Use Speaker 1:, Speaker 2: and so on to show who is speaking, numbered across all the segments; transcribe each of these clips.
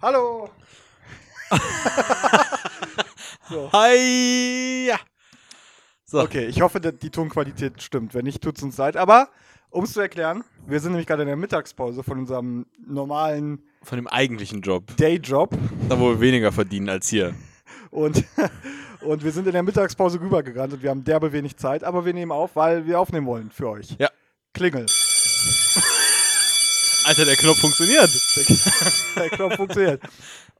Speaker 1: Hallo!
Speaker 2: so. Hi! Ja.
Speaker 1: So. Okay, ich hoffe, dass die Tonqualität stimmt. Wenn nicht, tut's uns leid. Aber um es zu erklären, wir sind nämlich gerade in der Mittagspause von unserem normalen
Speaker 2: Von dem eigentlichen Job.
Speaker 1: Dayjob
Speaker 2: Da, wo wir weniger verdienen als hier.
Speaker 1: und, und wir sind in der Mittagspause rübergerannt und wir haben derbe wenig Zeit, aber wir nehmen auf, weil wir aufnehmen wollen für euch.
Speaker 2: Ja.
Speaker 1: Klingel.
Speaker 2: Alter, der Knopf funktioniert.
Speaker 1: Der Knopf funktioniert.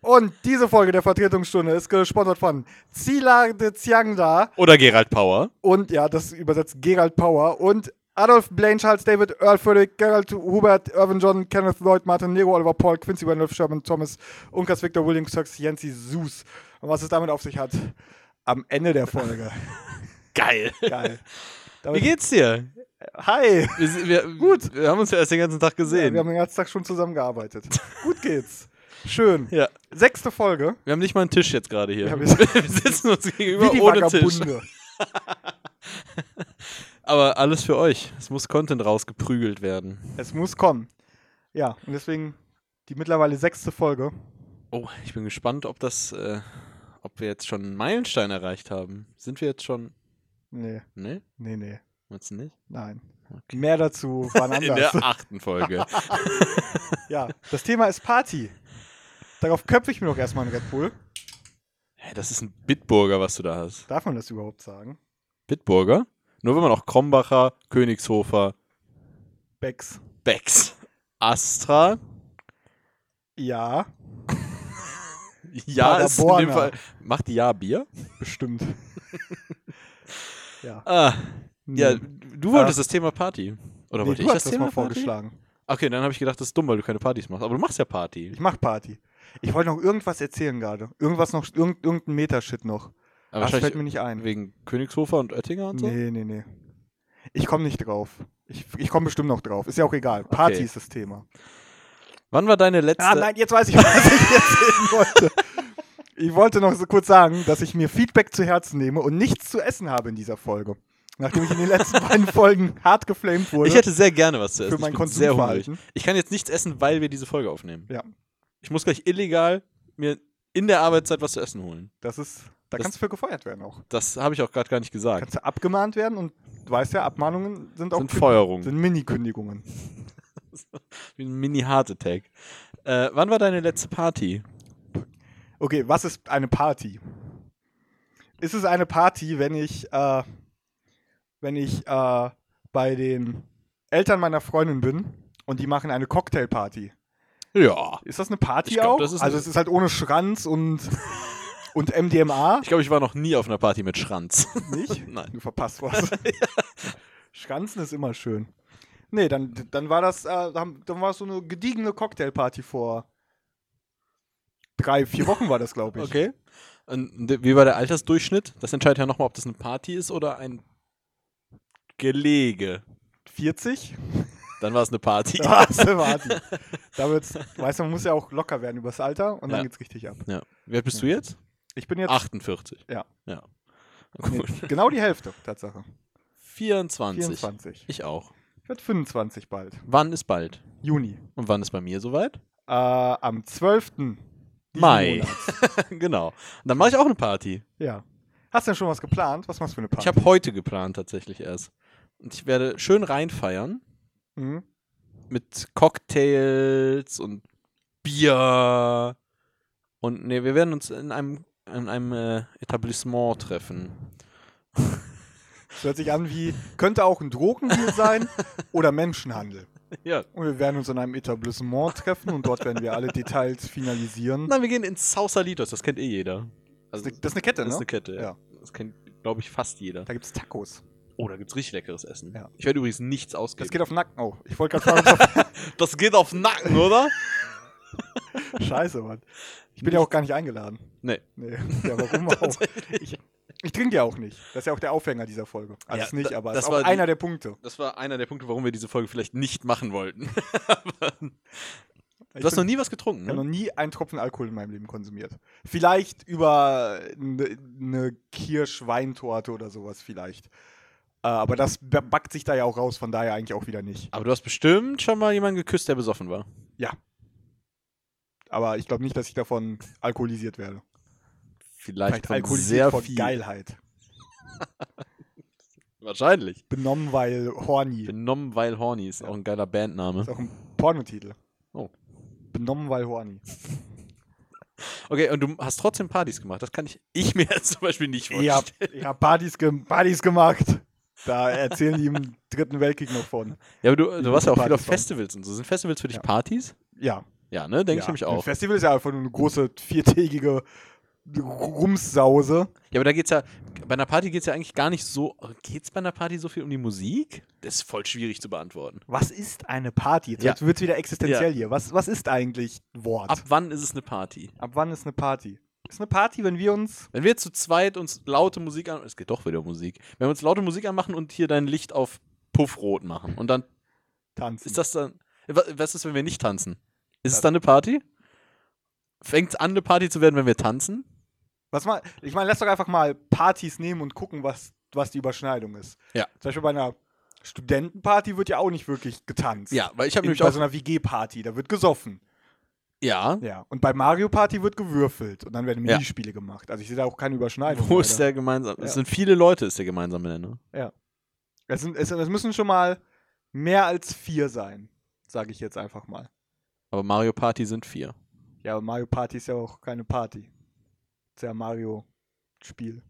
Speaker 1: Und diese Folge der Vertretungsstunde ist gesponsert von Zila de Tsiangda
Speaker 2: Oder Gerald Power.
Speaker 1: und, ja, das übersetzt Gerald Power und Adolf Blaine, Charles David, Earl Frederick, Gerald Hubert, Irvin John, Kenneth Lloyd, Martin Nero, Oliver Paul, Quincy Randolph, Sherman Thomas, Unkas Victor, William Sux, Yancy Sus. Und was es damit auf sich hat, am Ende der Folge.
Speaker 2: Geil.
Speaker 1: Geil.
Speaker 2: Wie
Speaker 1: Damit,
Speaker 2: geht's dir?
Speaker 1: hi!
Speaker 2: Wir, sind- wir, Gut. Wir haben uns ja erst den ganzen Tag
Speaker 1: Ja,
Speaker 2: gesehen.
Speaker 1: wir haben den ganzen Tag schon zusammengearbeitet. Gut geht's. Schön.
Speaker 2: Ja.
Speaker 1: Sechste Folge.
Speaker 2: Wir haben nicht mal einen Tisch jetzt gerade hier.
Speaker 1: Ja,
Speaker 2: wir,
Speaker 1: wir-
Speaker 2: sitzen uns gegenüber ohne Tisch.
Speaker 1: Vagabunde.
Speaker 2: Aber alles für euch. Es muss Content rausgeprügelt werden.
Speaker 1: Es muss kommen. Ja, und deswegen die mittlerweile sechste Folge.
Speaker 2: Oh, ich bin gespannt, ob das, äh, ob wir jetzt schon einen Meilenstein erreicht haben. Sind wir jetzt schon.
Speaker 1: Nee,
Speaker 2: Ne?
Speaker 1: nee, nee,
Speaker 2: Meinst du nicht?
Speaker 1: nein. Mehr dazu wann
Speaker 2: In der
Speaker 1: anders.
Speaker 2: achten Folge.
Speaker 1: ja, das Thema ist Party. Darauf köpfe ich mir doch erstmal einen Red Bull.
Speaker 2: Hä, das ist ein Bitburger, was du da hast.
Speaker 1: Darf man das überhaupt sagen?
Speaker 2: Bitburger? Nur wenn man auch Krombacher, Königshofer,
Speaker 1: Becks.
Speaker 2: Becks, Astra.
Speaker 1: Ja,
Speaker 2: Ja, ist in dem
Speaker 1: Paderborner.
Speaker 2: Fall. Macht die Ja Bier?
Speaker 1: bestimmt. ja.
Speaker 2: Ah, ja,
Speaker 1: nee.
Speaker 2: du wolltest das Thema Party. Oder
Speaker 1: Hm. Ah. Nee,
Speaker 2: wollte
Speaker 1: du
Speaker 2: ich
Speaker 1: hast
Speaker 2: das
Speaker 1: das
Speaker 2: Thema
Speaker 1: mal
Speaker 2: Party?
Speaker 1: vorgeschlagen.
Speaker 2: Okay, dann habe ich gedacht, das ist dumm, weil du keine Partys machst. Aber du machst ja Party.
Speaker 1: Ich mach Party. Ich wollte noch irgendwas erzählen gerade. Irgendwas noch, irgend, irgendein Metashit noch.
Speaker 2: Aber
Speaker 1: das fällt mir
Speaker 2: wahrscheinlich
Speaker 1: nicht ein.
Speaker 2: wegen Königshofer und Oettinger und so?
Speaker 1: Nee, nee, nee. Ich komme nicht drauf. Ich, ich komme bestimmt noch drauf. Ist ja auch egal. Party
Speaker 2: Okay.
Speaker 1: ist das Thema.
Speaker 2: Wann war deine letzte.
Speaker 1: Ah, nein, jetzt weiß ich, was ich erzählen wollte. Ich wollte noch so kurz sagen, dass ich mir Feedback zu Herzen nehme und nichts zu essen habe in dieser Folge. Nachdem ich in den letzten beiden Folgen hart geflamed wurde.
Speaker 2: Ich hätte sehr gerne was zu essen.
Speaker 1: mein
Speaker 2: ich bin sehr hungrig.
Speaker 1: Konsumverhalten.
Speaker 2: Ich kann jetzt nichts essen, weil wir diese Folge aufnehmen.
Speaker 1: Ja.
Speaker 2: Ich muss gleich illegal mir in der Arbeitszeit was zu essen holen.
Speaker 1: das ist, da
Speaker 2: Das-
Speaker 1: kannst du für gefeuert werden auch.
Speaker 2: Das habe ich auch gerade gar nicht gesagt.
Speaker 1: Kannst du abgemahnt werden und du weißt ja, Abmahnungen sind auch
Speaker 2: sind
Speaker 1: Kün-
Speaker 2: Feuerungen.
Speaker 1: sind Mini-Kündigungen.
Speaker 2: Wie ein Mini-Heart-Attack. Äh, wann war deine letzte Party?
Speaker 1: Okay, was ist eine Party? Ist es eine Party, wenn ich, äh, wenn ich äh, bei den Eltern meiner Freundin bin und die machen eine Cocktailparty?
Speaker 2: Ja.
Speaker 1: Ist das eine Party
Speaker 2: Ich glaub,
Speaker 1: auch?
Speaker 2: das ist
Speaker 1: also
Speaker 2: eine-
Speaker 1: es ist halt ohne Schranz und, und MDMA,
Speaker 2: Ich glaube, ich war noch nie auf einer Party mit Schranz.
Speaker 1: nicht?
Speaker 2: Nein.
Speaker 1: Du verpasst was. Schranzen ist immer schön. Nee, dann, dann war das, äh, dann dann war das so eine gediegene Cocktailparty vor drei, vier Wochen war das, glaube ich.
Speaker 2: Okay. Und de- wie war der Altersdurchschnitt? Das entscheidet ja nochmal, ob das eine Party ist oder ein Gelege.
Speaker 1: 40?
Speaker 2: Dann war es eine Party.
Speaker 1: Da hast du Party. Da wird's, weißt du, man muss ja auch locker werden übers Alter und dann
Speaker 2: Ja.
Speaker 1: geht's richtig ab.
Speaker 2: Ja. Wie alt bist du jetzt?
Speaker 1: Ich bin jetzt
Speaker 2: 48.
Speaker 1: Ja.
Speaker 2: Ja.
Speaker 1: nee,
Speaker 2: Gut.
Speaker 1: genau die Hälfte, Tatsache.
Speaker 2: 24.
Speaker 1: 24.
Speaker 2: Ich auch.
Speaker 1: Ich werde 25 bald.
Speaker 2: Wann ist bald?
Speaker 1: Juni.
Speaker 2: Und wann ist bei mir soweit?
Speaker 1: Äh, am 12. diesen
Speaker 2: Mai.
Speaker 1: Monats.
Speaker 2: genau. Und dann mache ich auch eine Party.
Speaker 1: Ja. Hast du denn schon was geplant? Was machst du für eine Party?
Speaker 2: Ich habe heute geplant tatsächlich erst. Und ich werde schön reinfeiern
Speaker 1: Mhm.
Speaker 2: mit Cocktails und Bier. Und nee, wir werden uns in einem, in einem äh, Etablissement treffen.
Speaker 1: Das hört sich an wie, könnte auch ein Drogendeal sein oder Menschenhandel.
Speaker 2: Ja.
Speaker 1: Und wir werden uns in einem Etablissement treffen und dort werden wir alle Details finalisieren.
Speaker 2: Nein, wir gehen ins Sausalitos, das kennt eh jeder.
Speaker 1: das,
Speaker 2: Also,
Speaker 1: ist ne- das ist eine Kette,
Speaker 2: das
Speaker 1: ne?
Speaker 2: ist eine Kette. Ja.
Speaker 1: Ja.
Speaker 2: Das kennt, glaube ich, fast jeder.
Speaker 1: Da gibt's Tacos.
Speaker 2: Oh, da gibt's richtig leckeres Essen.
Speaker 1: Ja.
Speaker 2: Ich werde übrigens nichts
Speaker 1: Das
Speaker 2: ausgeben.
Speaker 1: geht auf den Nacken. Oh, ich wollte gerade fragen, ob-
Speaker 2: Das geht auf den Nacken, oder?
Speaker 1: Scheiße, Mann. Ich bin ja auch gar nicht eingeladen.
Speaker 2: Nee.
Speaker 1: Nee, ja, warum auch? Ich, ich trinke ja auch nicht. Das ist ja auch der Aufhänger dieser Folge. Also
Speaker 2: Ja,
Speaker 1: ist nicht,
Speaker 2: da-
Speaker 1: aber
Speaker 2: das
Speaker 1: das ist
Speaker 2: war
Speaker 1: auch
Speaker 2: die-
Speaker 1: einer der Punkte.
Speaker 2: Das war einer der Punkte, warum wir diese Folge vielleicht nicht machen wollten.
Speaker 1: Ich
Speaker 2: Du hast noch
Speaker 1: bin-
Speaker 2: nie was getrunken,
Speaker 1: ich habe
Speaker 2: ne?
Speaker 1: noch nie einen Tropfen Alkohol in meinem Leben konsumiert. Vielleicht über eine ne, Kirschweintorte oder sowas vielleicht. Äh, Aber das ba- backt sich da ja auch raus, von daher eigentlich auch wieder nicht.
Speaker 2: Aber du hast bestimmt schon mal jemanden geküsst, der besoffen war.
Speaker 1: Aber ich glaube nicht, dass ich davon alkoholisiert werde.
Speaker 2: Vielleicht, von
Speaker 1: alkoholisiert
Speaker 2: sehr
Speaker 1: von
Speaker 2: viel.
Speaker 1: Geilheit.
Speaker 2: Wahrscheinlich.
Speaker 1: Benommen, weil horny.
Speaker 2: Benommen, weil horny ist auch ein geiler Bandname.
Speaker 1: ist auch ein Pornotitel.
Speaker 2: Ne? Oh.
Speaker 1: Benommen, weil horny.
Speaker 2: Okay, und du hast trotzdem Partys gemacht. Das kann ich, ich mir jetzt zum Beispiel nicht
Speaker 1: Ich hab,
Speaker 2: vorstellen.
Speaker 1: ich hab Partys, gem Partys gemacht. Da erzählen die im Dritten Weltkrieg noch von.
Speaker 2: Ja, aber du, du warst ja auch viel auf
Speaker 1: Partys waren.
Speaker 2: Festivals und so. Sind Festivals für dich
Speaker 1: Ja.
Speaker 2: Partys?
Speaker 1: Ja.
Speaker 2: Ja, ne? Denke ich
Speaker 1: ja.
Speaker 2: nämlich
Speaker 1: Ein
Speaker 2: auch.
Speaker 1: Festival ist ja einfach nur eine große viertägige Rumsause.
Speaker 2: Ja, aber da geht's ja, bei einer Party geht's ja eigentlich gar nicht so, geht's bei einer Party so viel um die Musik? Das ist voll schwierig zu beantworten.
Speaker 1: Was ist eine Party? Jetzt
Speaker 2: Ja.
Speaker 1: wird's wieder existenziell hier. Was, was ist eigentlich ein Wort?
Speaker 2: Ab wann ist es eine Party?
Speaker 1: Ab wann ist eine Party? Ist eine Party, wenn wir uns.
Speaker 2: Wenn wir zu zweit uns laute Musik an, es geht doch wieder um Musik. Wenn wir uns laute Musik anmachen und hier dein Licht auf Puffrot machen und dann
Speaker 1: Tanzen.
Speaker 2: ist das dann, wa- was ist, wenn wir nicht tanzen? Ist es
Speaker 1: Das-
Speaker 2: dann eine Party? Fängt's an, eine Party zu werden, wenn wir tanzen?
Speaker 1: Was mal, ich meine, lass doch einfach mal Partys nehmen und gucken, was, was die Überschneidung ist.
Speaker 2: Ja.
Speaker 1: Zum Beispiel bei einer Studentenparty wird ja auch nicht wirklich getanzt.
Speaker 2: Ja, weil ich habe
Speaker 1: In,
Speaker 2: nämlich
Speaker 1: bei
Speaker 2: auch,
Speaker 1: so einer WG-Party, da wird gesoffen.
Speaker 2: ja,
Speaker 1: Ja. Und bei Mario Party wird gewürfelt und dann werden
Speaker 2: Ja.
Speaker 1: Minispiele gemacht. Also ich sehe da auch keine Überschneidung.
Speaker 2: wo ist
Speaker 1: leider.
Speaker 2: der gemeinsame,
Speaker 1: Ja.
Speaker 2: es sind viele Leute, ist der gemeinsame Nenner.
Speaker 1: es, sind, es, es müssen schon mal mehr als vier sein, sage ich jetzt einfach mal.
Speaker 2: Aber Mario Party sind vier.
Speaker 1: Ja, aber Mario Party ist ja auch keine Party. Ist ja ein Mario-Spiel.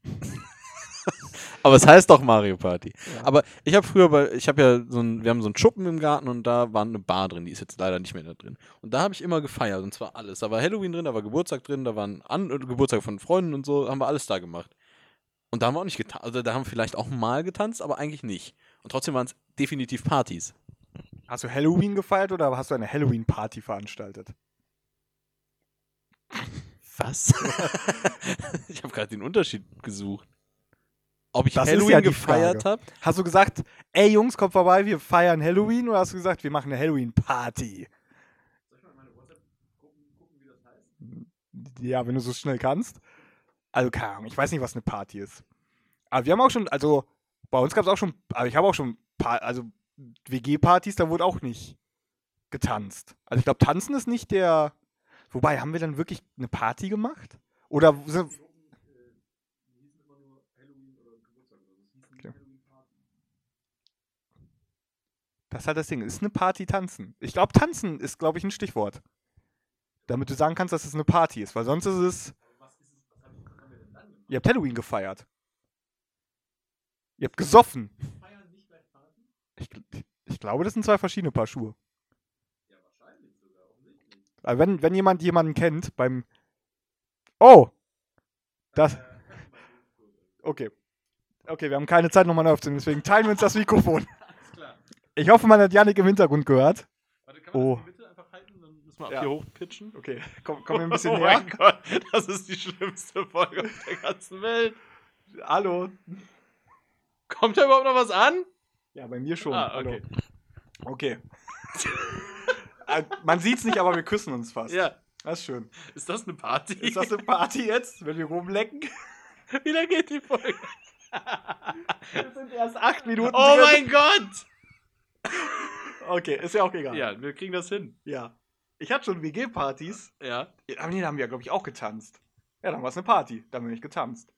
Speaker 2: Aber es heißt doch Mario Party.
Speaker 1: Ja.
Speaker 2: Aber ich habe früher bei, ich habe ja so ein, wir haben so einen Schuppen im Garten und da war eine Bar drin, die ist jetzt leider nicht mehr da drin. Und da habe ich immer gefeiert und zwar alles. Da war Halloween drin, da war Geburtstag drin, da waren An äh, Geburtstag von Freunden und so, haben wir alles da gemacht. Und da haben wir auch nicht getanzt, also da haben wir vielleicht auch mal getanzt, aber eigentlich nicht. Und trotzdem waren es definitiv Partys.
Speaker 1: Hast du Halloween gefeiert oder hast du eine Halloween-Party veranstaltet?
Speaker 2: Was? ich habe gerade den Unterschied gesucht. Ob ich
Speaker 1: Das ist
Speaker 2: Halloween
Speaker 1: ja die
Speaker 2: gefeiert
Speaker 1: Frage.
Speaker 2: habe?
Speaker 1: Hast du gesagt, ey Jungs, kommt vorbei, wir feiern Halloween oder hast du gesagt, wir machen eine Halloween-Party? Ja, wenn du so schnell kannst. Also keine Ahnung, ich weiß nicht, was eine Party ist. Aber wir haben auch schon, also bei uns gab es auch schon, aber ich habe auch schon, Pa- also WG-Partys, da wurde auch nicht getanzt. Also ich glaube, tanzen ist nicht der, wobei, haben wir dann wirklich eine Party gemacht? Oder sind, Das ist halt das Ding. Ist eine Party tanzen? Ich glaube, tanzen ist, glaube ich, ein Stichwort. Damit du sagen kannst, dass es eine Party ist, weil sonst ist es. Ihr habt Halloween gefeiert. Ihr habt gesoffen. Ich, gl- ich glaube, das sind zwei verschiedene Paar Schuhe. Aber wenn, wenn jemand jemanden kennt beim. Oh! Das. Okay. Okay, wir haben keine Zeit nochmal neu aufzunehmen, deswegen teilen wir uns das Mikrofon. Ich hoffe, man hat Janik im Hintergrund gehört. Oh. ab Ja. hier
Speaker 2: hochpitchen?
Speaker 1: Okay, komm, komm mir ein bisschen
Speaker 2: oh
Speaker 1: näher.
Speaker 2: mein Gott, das ist die schlimmste Folge auf der ganzen Welt.
Speaker 1: Hallo.
Speaker 2: Kommt da überhaupt noch was an?
Speaker 1: Ja, bei mir schon.
Speaker 2: Ah, okay.
Speaker 1: Hallo. Okay. Äh, man sieht's nicht, aber wir küssen uns fast.
Speaker 2: Ja.
Speaker 1: Das ist schön.
Speaker 2: Ist das eine Party?
Speaker 1: Ist das eine Party jetzt, wenn wir rumlecken?
Speaker 2: Wie lange geht die Folge?
Speaker 1: Wir sind erst acht Minuten
Speaker 2: Oh mein Gott!
Speaker 1: Gott. Okay, ist ja auch egal.
Speaker 2: Ja, wir kriegen das hin.
Speaker 1: ja. Ich hatte schon WG-Partys.
Speaker 2: Ja.
Speaker 1: Aber nee, da haben wir, glaube ich, auch getanzt. Ja, dann war es eine Party. Da bin ich getanzt.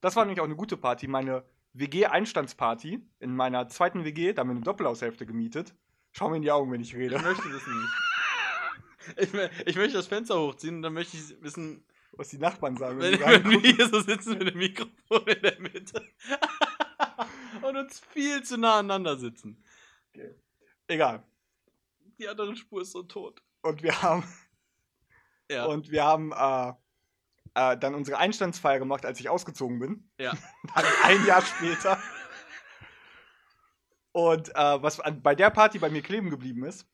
Speaker 1: Das war nämlich auch eine gute Party. Meine WG-Einstandsparty in meiner zweiten WG, da haben wir eine Doppelhaushälfte gemietet. Schau mir in die Augen, wenn ich rede.
Speaker 2: Ich möchte das nicht. Ich, mö- ich möchte das Fenster hochziehen und dann möchte ich wissen,
Speaker 1: Was die Nachbarn sagen. wenn
Speaker 2: wenn,
Speaker 1: die
Speaker 2: wenn wir
Speaker 1: reingucken.
Speaker 2: hier so sitzen mit dem Mikrofon in der Mitte und uns viel zu nah aneinander sitzen.
Speaker 1: Egal.
Speaker 2: Die andere Spur ist so tot.
Speaker 1: Und wir haben
Speaker 2: Ja.
Speaker 1: Und wir haben äh, äh, dann unsere Einstandsfeier gemacht, als ich ausgezogen bin.
Speaker 2: Ja.
Speaker 1: Dann ein Jahr später. Und äh, was an, bei der Party bei mir kleben geblieben ist,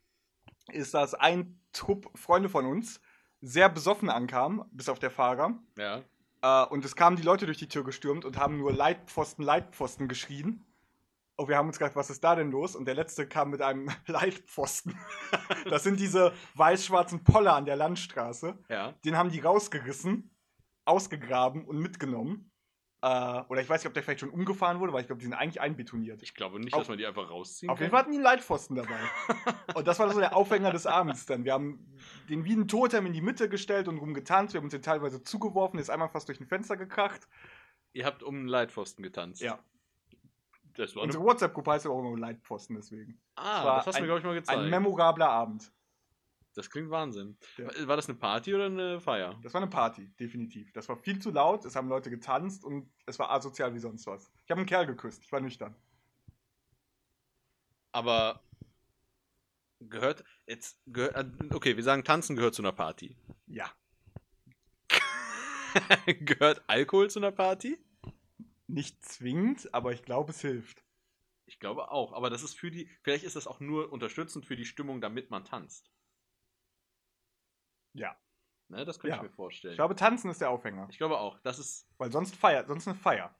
Speaker 1: ist, dass ein Trupp Freunde von uns sehr besoffen ankam, bis auf der Fahrer.
Speaker 2: ja.
Speaker 1: Äh, und es kamen die Leute durch die Tür gestürmt und haben nur Leitpfosten, Leitpfosten geschrien. Und wir haben uns gedacht, was ist da denn los? Und der letzte kam mit einem Leitpfosten. Das sind diese weiß-schwarzen Poller an der Landstraße
Speaker 2: Ja.
Speaker 1: den haben die rausgerissen, ausgegraben und mitgenommen. Äh, oder ich weiß nicht, ob der vielleicht schon umgefahren wurde, weil ich glaube, die sind eigentlich einbetoniert.
Speaker 2: Ich glaube nicht,
Speaker 1: Auf-
Speaker 2: dass man die einfach rausziehen
Speaker 1: Auf jeden
Speaker 2: kann.
Speaker 1: Fall hatten die einen Leitpfosten dabei. und das war so der Aufhänger des Abends dann. Wir haben den wie ein Totem in die Mitte gestellt und rumgetanzt. Wir haben uns den teilweise zugeworfen, der ist einmal fast durch ein Fenster gekracht.
Speaker 2: Ihr habt um einen Leitpfosten getanzt.
Speaker 1: Ja.
Speaker 2: Das war eine...
Speaker 1: Unsere WhatsApp-Gruppe heißt aber auch immer Leitpfosten deswegen. es
Speaker 2: Ah,
Speaker 1: war
Speaker 2: das hast du
Speaker 1: ein-
Speaker 2: mir, glaube ich, mal gezeigt.
Speaker 1: Ein memorabler Abend.
Speaker 2: das klingt Wahnsinn.
Speaker 1: Ja.
Speaker 2: War- War das eine Party oder eine Feier?
Speaker 1: Das war eine Party, definitiv. Das war viel zu laut, es haben Leute getanzt und es war asozial wie sonst was. Ich habe einen Kerl geküsst, ich war nüchtern.
Speaker 2: Aber gehört jetzt gehört äh, okay, wir sagen tanzen gehört zu einer Party.
Speaker 1: Ja.
Speaker 2: gehört Alkohol zu einer Party?
Speaker 1: Nicht zwingend, aber ich glaube, es hilft.
Speaker 2: Ich glaube auch, aber das ist für die vielleicht ist das auch nur unterstützend für die Stimmung, damit man tanzt.
Speaker 1: Ja.
Speaker 2: Ne, das
Speaker 1: Ja.
Speaker 2: könnte ich mir vorstellen.
Speaker 1: Ich glaube, tanzen ist der Aufhänger.
Speaker 2: ich glaube auch, das ist
Speaker 1: Weil sonst Feier, sonst eine Feier.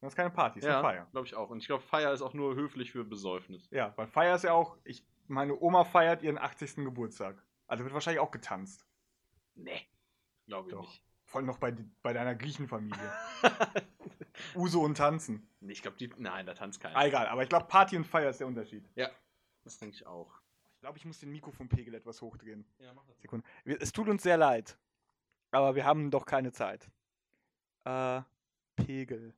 Speaker 1: Das ist keine Party, ist
Speaker 2: ja,
Speaker 1: eine Feier.
Speaker 2: glaube ich auch und ich glaube Feier ist auch nur höflich für Besäufnis.
Speaker 1: Ja, weil Feier ist ja auch, ich, meine Oma feiert ihren 80. Geburtstag. Also wird wahrscheinlich auch getanzt.
Speaker 2: Nee, glaube ich
Speaker 1: Doch.
Speaker 2: nicht.
Speaker 1: Vor allem noch bei, bei deiner Griechenfamilie. Uso und Tanzen.
Speaker 2: Nee, ich glaube die nein, da tanzt keiner.
Speaker 1: Ah, egal, aber ich glaube, Party und Feier ist der Unterschied.
Speaker 2: das denke ich auch.
Speaker 1: Ich glaube, ich muss den Mikrofonpegel etwas hochdrehen.
Speaker 2: Ja, mach das.
Speaker 1: Sekunde. Wir- Es tut uns sehr leid. Aber wir haben doch keine Zeit. Äh, Pegel.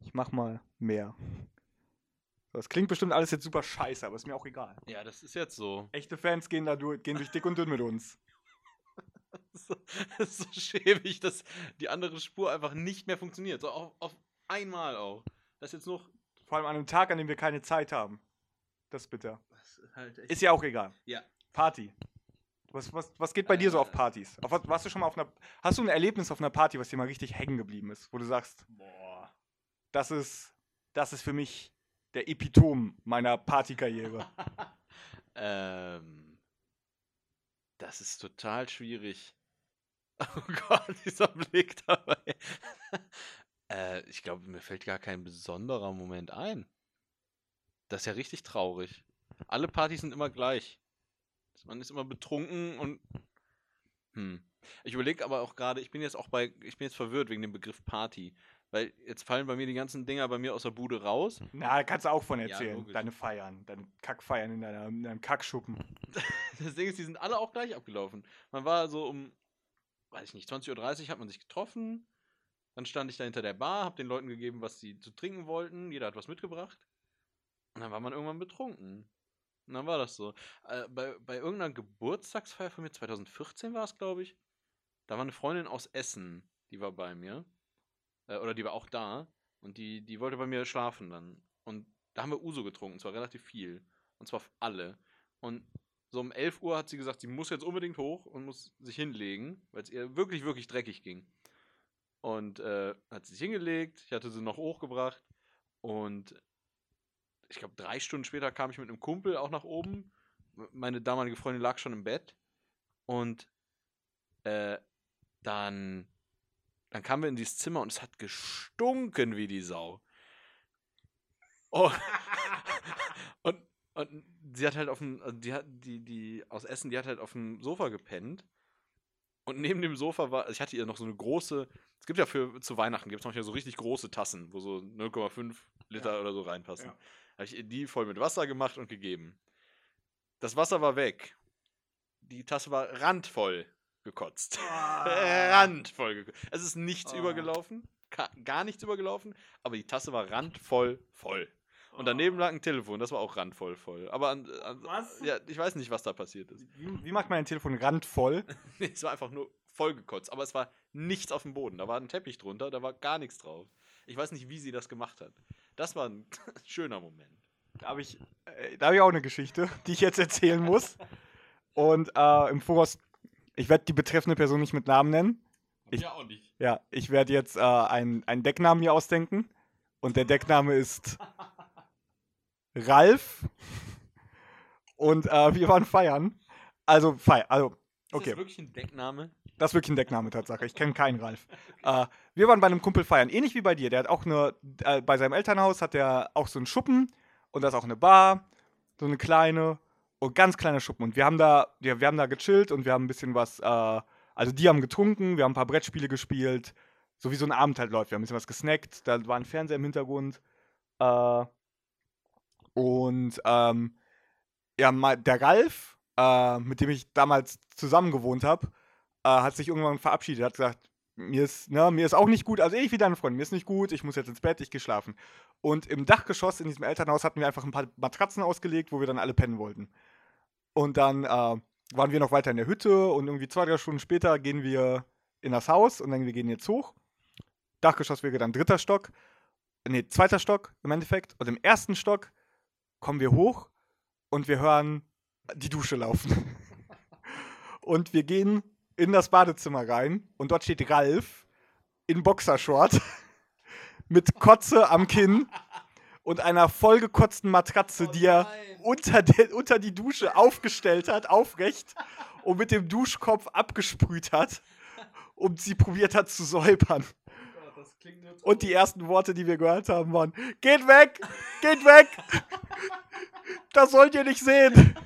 Speaker 1: Ich mach mal mehr. So, das klingt bestimmt alles jetzt super scheiße, aber ist mir auch egal.
Speaker 2: Ja, das ist jetzt so.
Speaker 1: Echte Fans gehen da durch, gehen durch dick und dünn mit uns.
Speaker 2: so, das ist so schäbig, dass die andere Spur einfach nicht mehr funktioniert. So auf, auf einmal auch. Das ist jetzt noch.
Speaker 1: Vor allem an einem Tag, an dem wir keine Zeit haben. Das ist bitter.
Speaker 2: Das ist halt echt.
Speaker 1: Ist ja auch egal.
Speaker 2: Ja.
Speaker 1: Party. Was, was, was geht bei dir so auf Partys? Auf, was- warst du schon mal auf einer, hast du ein Erlebnis auf einer Party, was dir mal richtig hängen geblieben ist, wo du sagst,
Speaker 2: boah.
Speaker 1: das ist, das ist für mich der Epitom meiner Partykarriere.
Speaker 2: ähm, das ist total schwierig. Oh Gott, dieser Blick dabei. äh, ich glaube, mir fällt gar kein besonderer Moment ein. Das ist ja richtig traurig. Alle Partys sind immer gleich. Man ist immer betrunken und. Hm. Ich überlege aber auch gerade, ich bin jetzt auch bei, ich bin jetzt verwirrt wegen dem Begriff Party. Weil jetzt fallen bei mir die ganzen Dinger bei mir aus der Bude raus.
Speaker 1: Na, da kannst du auch von
Speaker 2: Ja,
Speaker 1: erzählen.
Speaker 2: logisch.
Speaker 1: deine Feiern, deine Kackfeiern in, deiner, in deinem Kackschuppen.
Speaker 2: Das Ding ist, die sind alle auch gleich abgelaufen. Man war so um, weiß ich nicht, 20.30 Uhr hat man sich getroffen. Dann stand ich da hinter der Bar, hab den Leuten gegeben, was sie zu trinken wollten. Jeder hat was mitgebracht. Und dann war man irgendwann betrunken. Und dann war das so. Äh, bei, bei irgendeiner Geburtstagsfeier von mir, 2014 war es, glaube ich, da war eine Freundin aus Essen, die war bei mir. Äh, oder die war auch da. Und die, die wollte bei mir schlafen dann. Und da haben wir Uso getrunken, und zwar relativ viel. Und zwar alle. Und so um 11 Uhr hat sie gesagt, sie muss jetzt unbedingt hoch und muss sich hinlegen, weil es ihr wirklich, wirklich dreckig ging. Und äh, hat sie sich hingelegt, ich hatte sie noch hochgebracht und ich glaube, drei Stunden später kam ich mit einem Kumpel auch nach oben. M- Meine damalige Freundin lag schon im Bett und äh, dann, dann kamen wir in dieses Zimmer und es hat gestunken wie die Sau. Oh. und und sie hat halt auf dem, also die hat, die, die aus Essen, die hat halt auf dem Sofa gepennt. Und neben dem Sofa war, also ich hatte ihr noch so eine große, es gibt ja für, zu Weihnachten gibt es manchmal so richtig große Tassen, wo so 0,5 Liter oder so reinpassen.
Speaker 1: Ja.
Speaker 2: Habe ich ihr die voll mit Wasser gemacht und gegeben. Das Wasser war weg. Die Tasse war randvoll gekotzt. randvoll gekotzt. Es ist nichts
Speaker 1: Ah.
Speaker 2: übergelaufen, ka- gar nichts übergelaufen, aber die Tasse war randvoll voll. Und daneben lag ein Telefon, das war auch randvoll voll. Aber an, an,
Speaker 1: Was?
Speaker 2: ja, ich weiß nicht, Oh, was da passiert ist.
Speaker 1: Wie, wie macht man ein Telefon randvoll?
Speaker 2: Nee, es war einfach nur vollgekotzt, aber es war nichts auf dem Boden. Da war ein Teppich drunter, da war gar nichts drauf. Ich weiß nicht, wie sie das gemacht hat. Das war ein schöner Moment.
Speaker 1: Da habe ich, äh, da hab ich auch eine Geschichte, die ich jetzt erzählen muss. Und äh, im Voraus, ich werde die betreffende Person nicht mit Namen nennen. Ich-
Speaker 2: ja, auch nicht.
Speaker 1: Ja, ich werde jetzt äh, einen, einen Decknamen hier ausdenken. Und der Deckname ist Ralf. Und äh, wir waren feiern. Also, feiern. Also,
Speaker 2: Okay. Ist
Speaker 1: okay.
Speaker 2: das wirklich ein Deckname?
Speaker 1: Das ist wirklich ein Deckname, Tatsache. Ich kenne keinen Ralf. Äh, wir waren bei einem Kumpel feiern. Ähnlich wie bei dir. Der hat auch eine, äh, bei seinem Elternhaus hat er auch so einen Schuppen. Und da ist auch eine Bar. So eine kleine. Und ganz kleiner Schuppen. Und wir haben da, ja, wir haben da gechillt und wir haben ein bisschen was, äh, also die haben getrunken, wir haben ein paar Brettspiele gespielt. So wie so ein Abend halt läuft. Wir haben ein bisschen was gesnackt, da war ein Fernseher im Hintergrund. Äh, und ähm, ja, ma- der Ralf, äh, mit dem ich damals zusammen gewohnt habe, äh, hat sich irgendwann verabschiedet, hat gesagt, mir ist, ne, mir ist auch nicht gut, also ich wie deine Freundin, mir ist nicht gut, ich muss jetzt ins Bett, ich gehe schlafen. Und im Dachgeschoss in diesem Elternhaus hatten wir einfach ein paar Matratzen ausgelegt, wo wir dann alle pennen wollten. Und dann äh, waren wir noch weiter in der Hütte und irgendwie zwei, drei Stunden später gehen wir in das Haus und denken, wir gehen jetzt hoch. Dachgeschoss wäre dann dritter Stock, nee, zweiter Stock im Endeffekt. Und im ersten Stock kommen wir hoch und wir hören die Dusche laufen. und wir gehen in das Badezimmer rein und dort steht Ralf in Boxershort mit Kotze am Kinn und einer vollgekotzten
Speaker 2: Oh
Speaker 1: Matratze, die er unter, de, unter die Dusche aufgestellt hat, aufrecht, und mit dem Duschkopf abgesprüht hat und sie probiert hat zu säubern.
Speaker 2: Oh
Speaker 1: Und die ersten Worte, die wir gehört haben, waren: Geht weg! Geht weg! Das sollt ihr nicht sehen!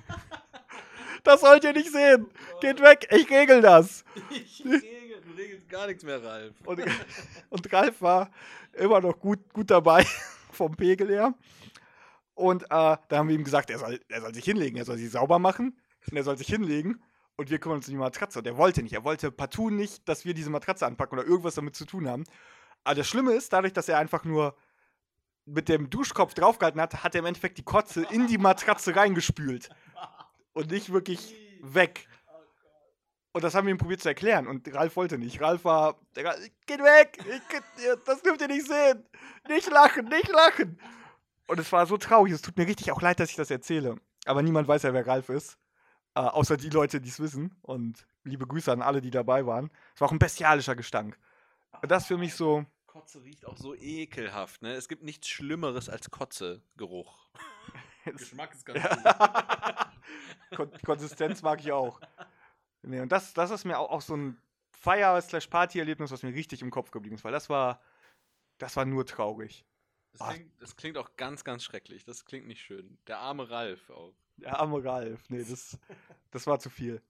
Speaker 1: Das sollt ihr nicht sehen! Geht weg! Ich regel das!
Speaker 2: Ich regel, du regelst gar nichts mehr, Ralf.
Speaker 1: Und, und Ralf war immer noch gut, gut dabei, vom Pegel her. Und äh, da haben wir ihm gesagt, er soll, er soll sich hinlegen, er soll sich sauber machen und er soll sich hinlegen. Und wir kümmern uns um die Matratze. Und er wollte nicht. Er wollte partout nicht, dass wir diese Matratze anpacken oder irgendwas damit zu tun haben. Aber das Schlimme ist, dadurch, dass er einfach nur mit dem Duschkopf draufgehalten hat, hat er im Endeffekt die Kotze in die Matratze reingespült. Und nicht wirklich weg. Und das haben wir ihm probiert zu erklären. Und Ralf wollte nicht. Ralf war, der war, geht weg! Ich, ihr- das dürft ihr nicht sehen! Nicht lachen, nicht lachen! Und es war so traurig. Es tut mir richtig auch leid, dass ich das erzähle. Aber niemand weiß ja, wer Ralf ist. Äh, außer die Leute, die es wissen. Und liebe Grüße an alle, die dabei waren. Es war auch ein bestialischer Gestank. Das für mich so.
Speaker 2: Kotze riecht auch so ekelhaft, ne? Es gibt nichts Schlimmeres als Kotze-Geruch. Geschmack ist ganz
Speaker 1: Kon Konsistenz mag ich auch. Nee, und das, das ist mir auch, auch so ein Feier-Party-Erlebnis, was mir richtig im Kopf geblieben ist, weil das war, das war nur traurig.
Speaker 2: Das klingt, das klingt auch ganz, ganz schrecklich. Das klingt nicht schön. Der arme Ralf auch.
Speaker 1: Der arme Ralf, nee, das, das war zu viel.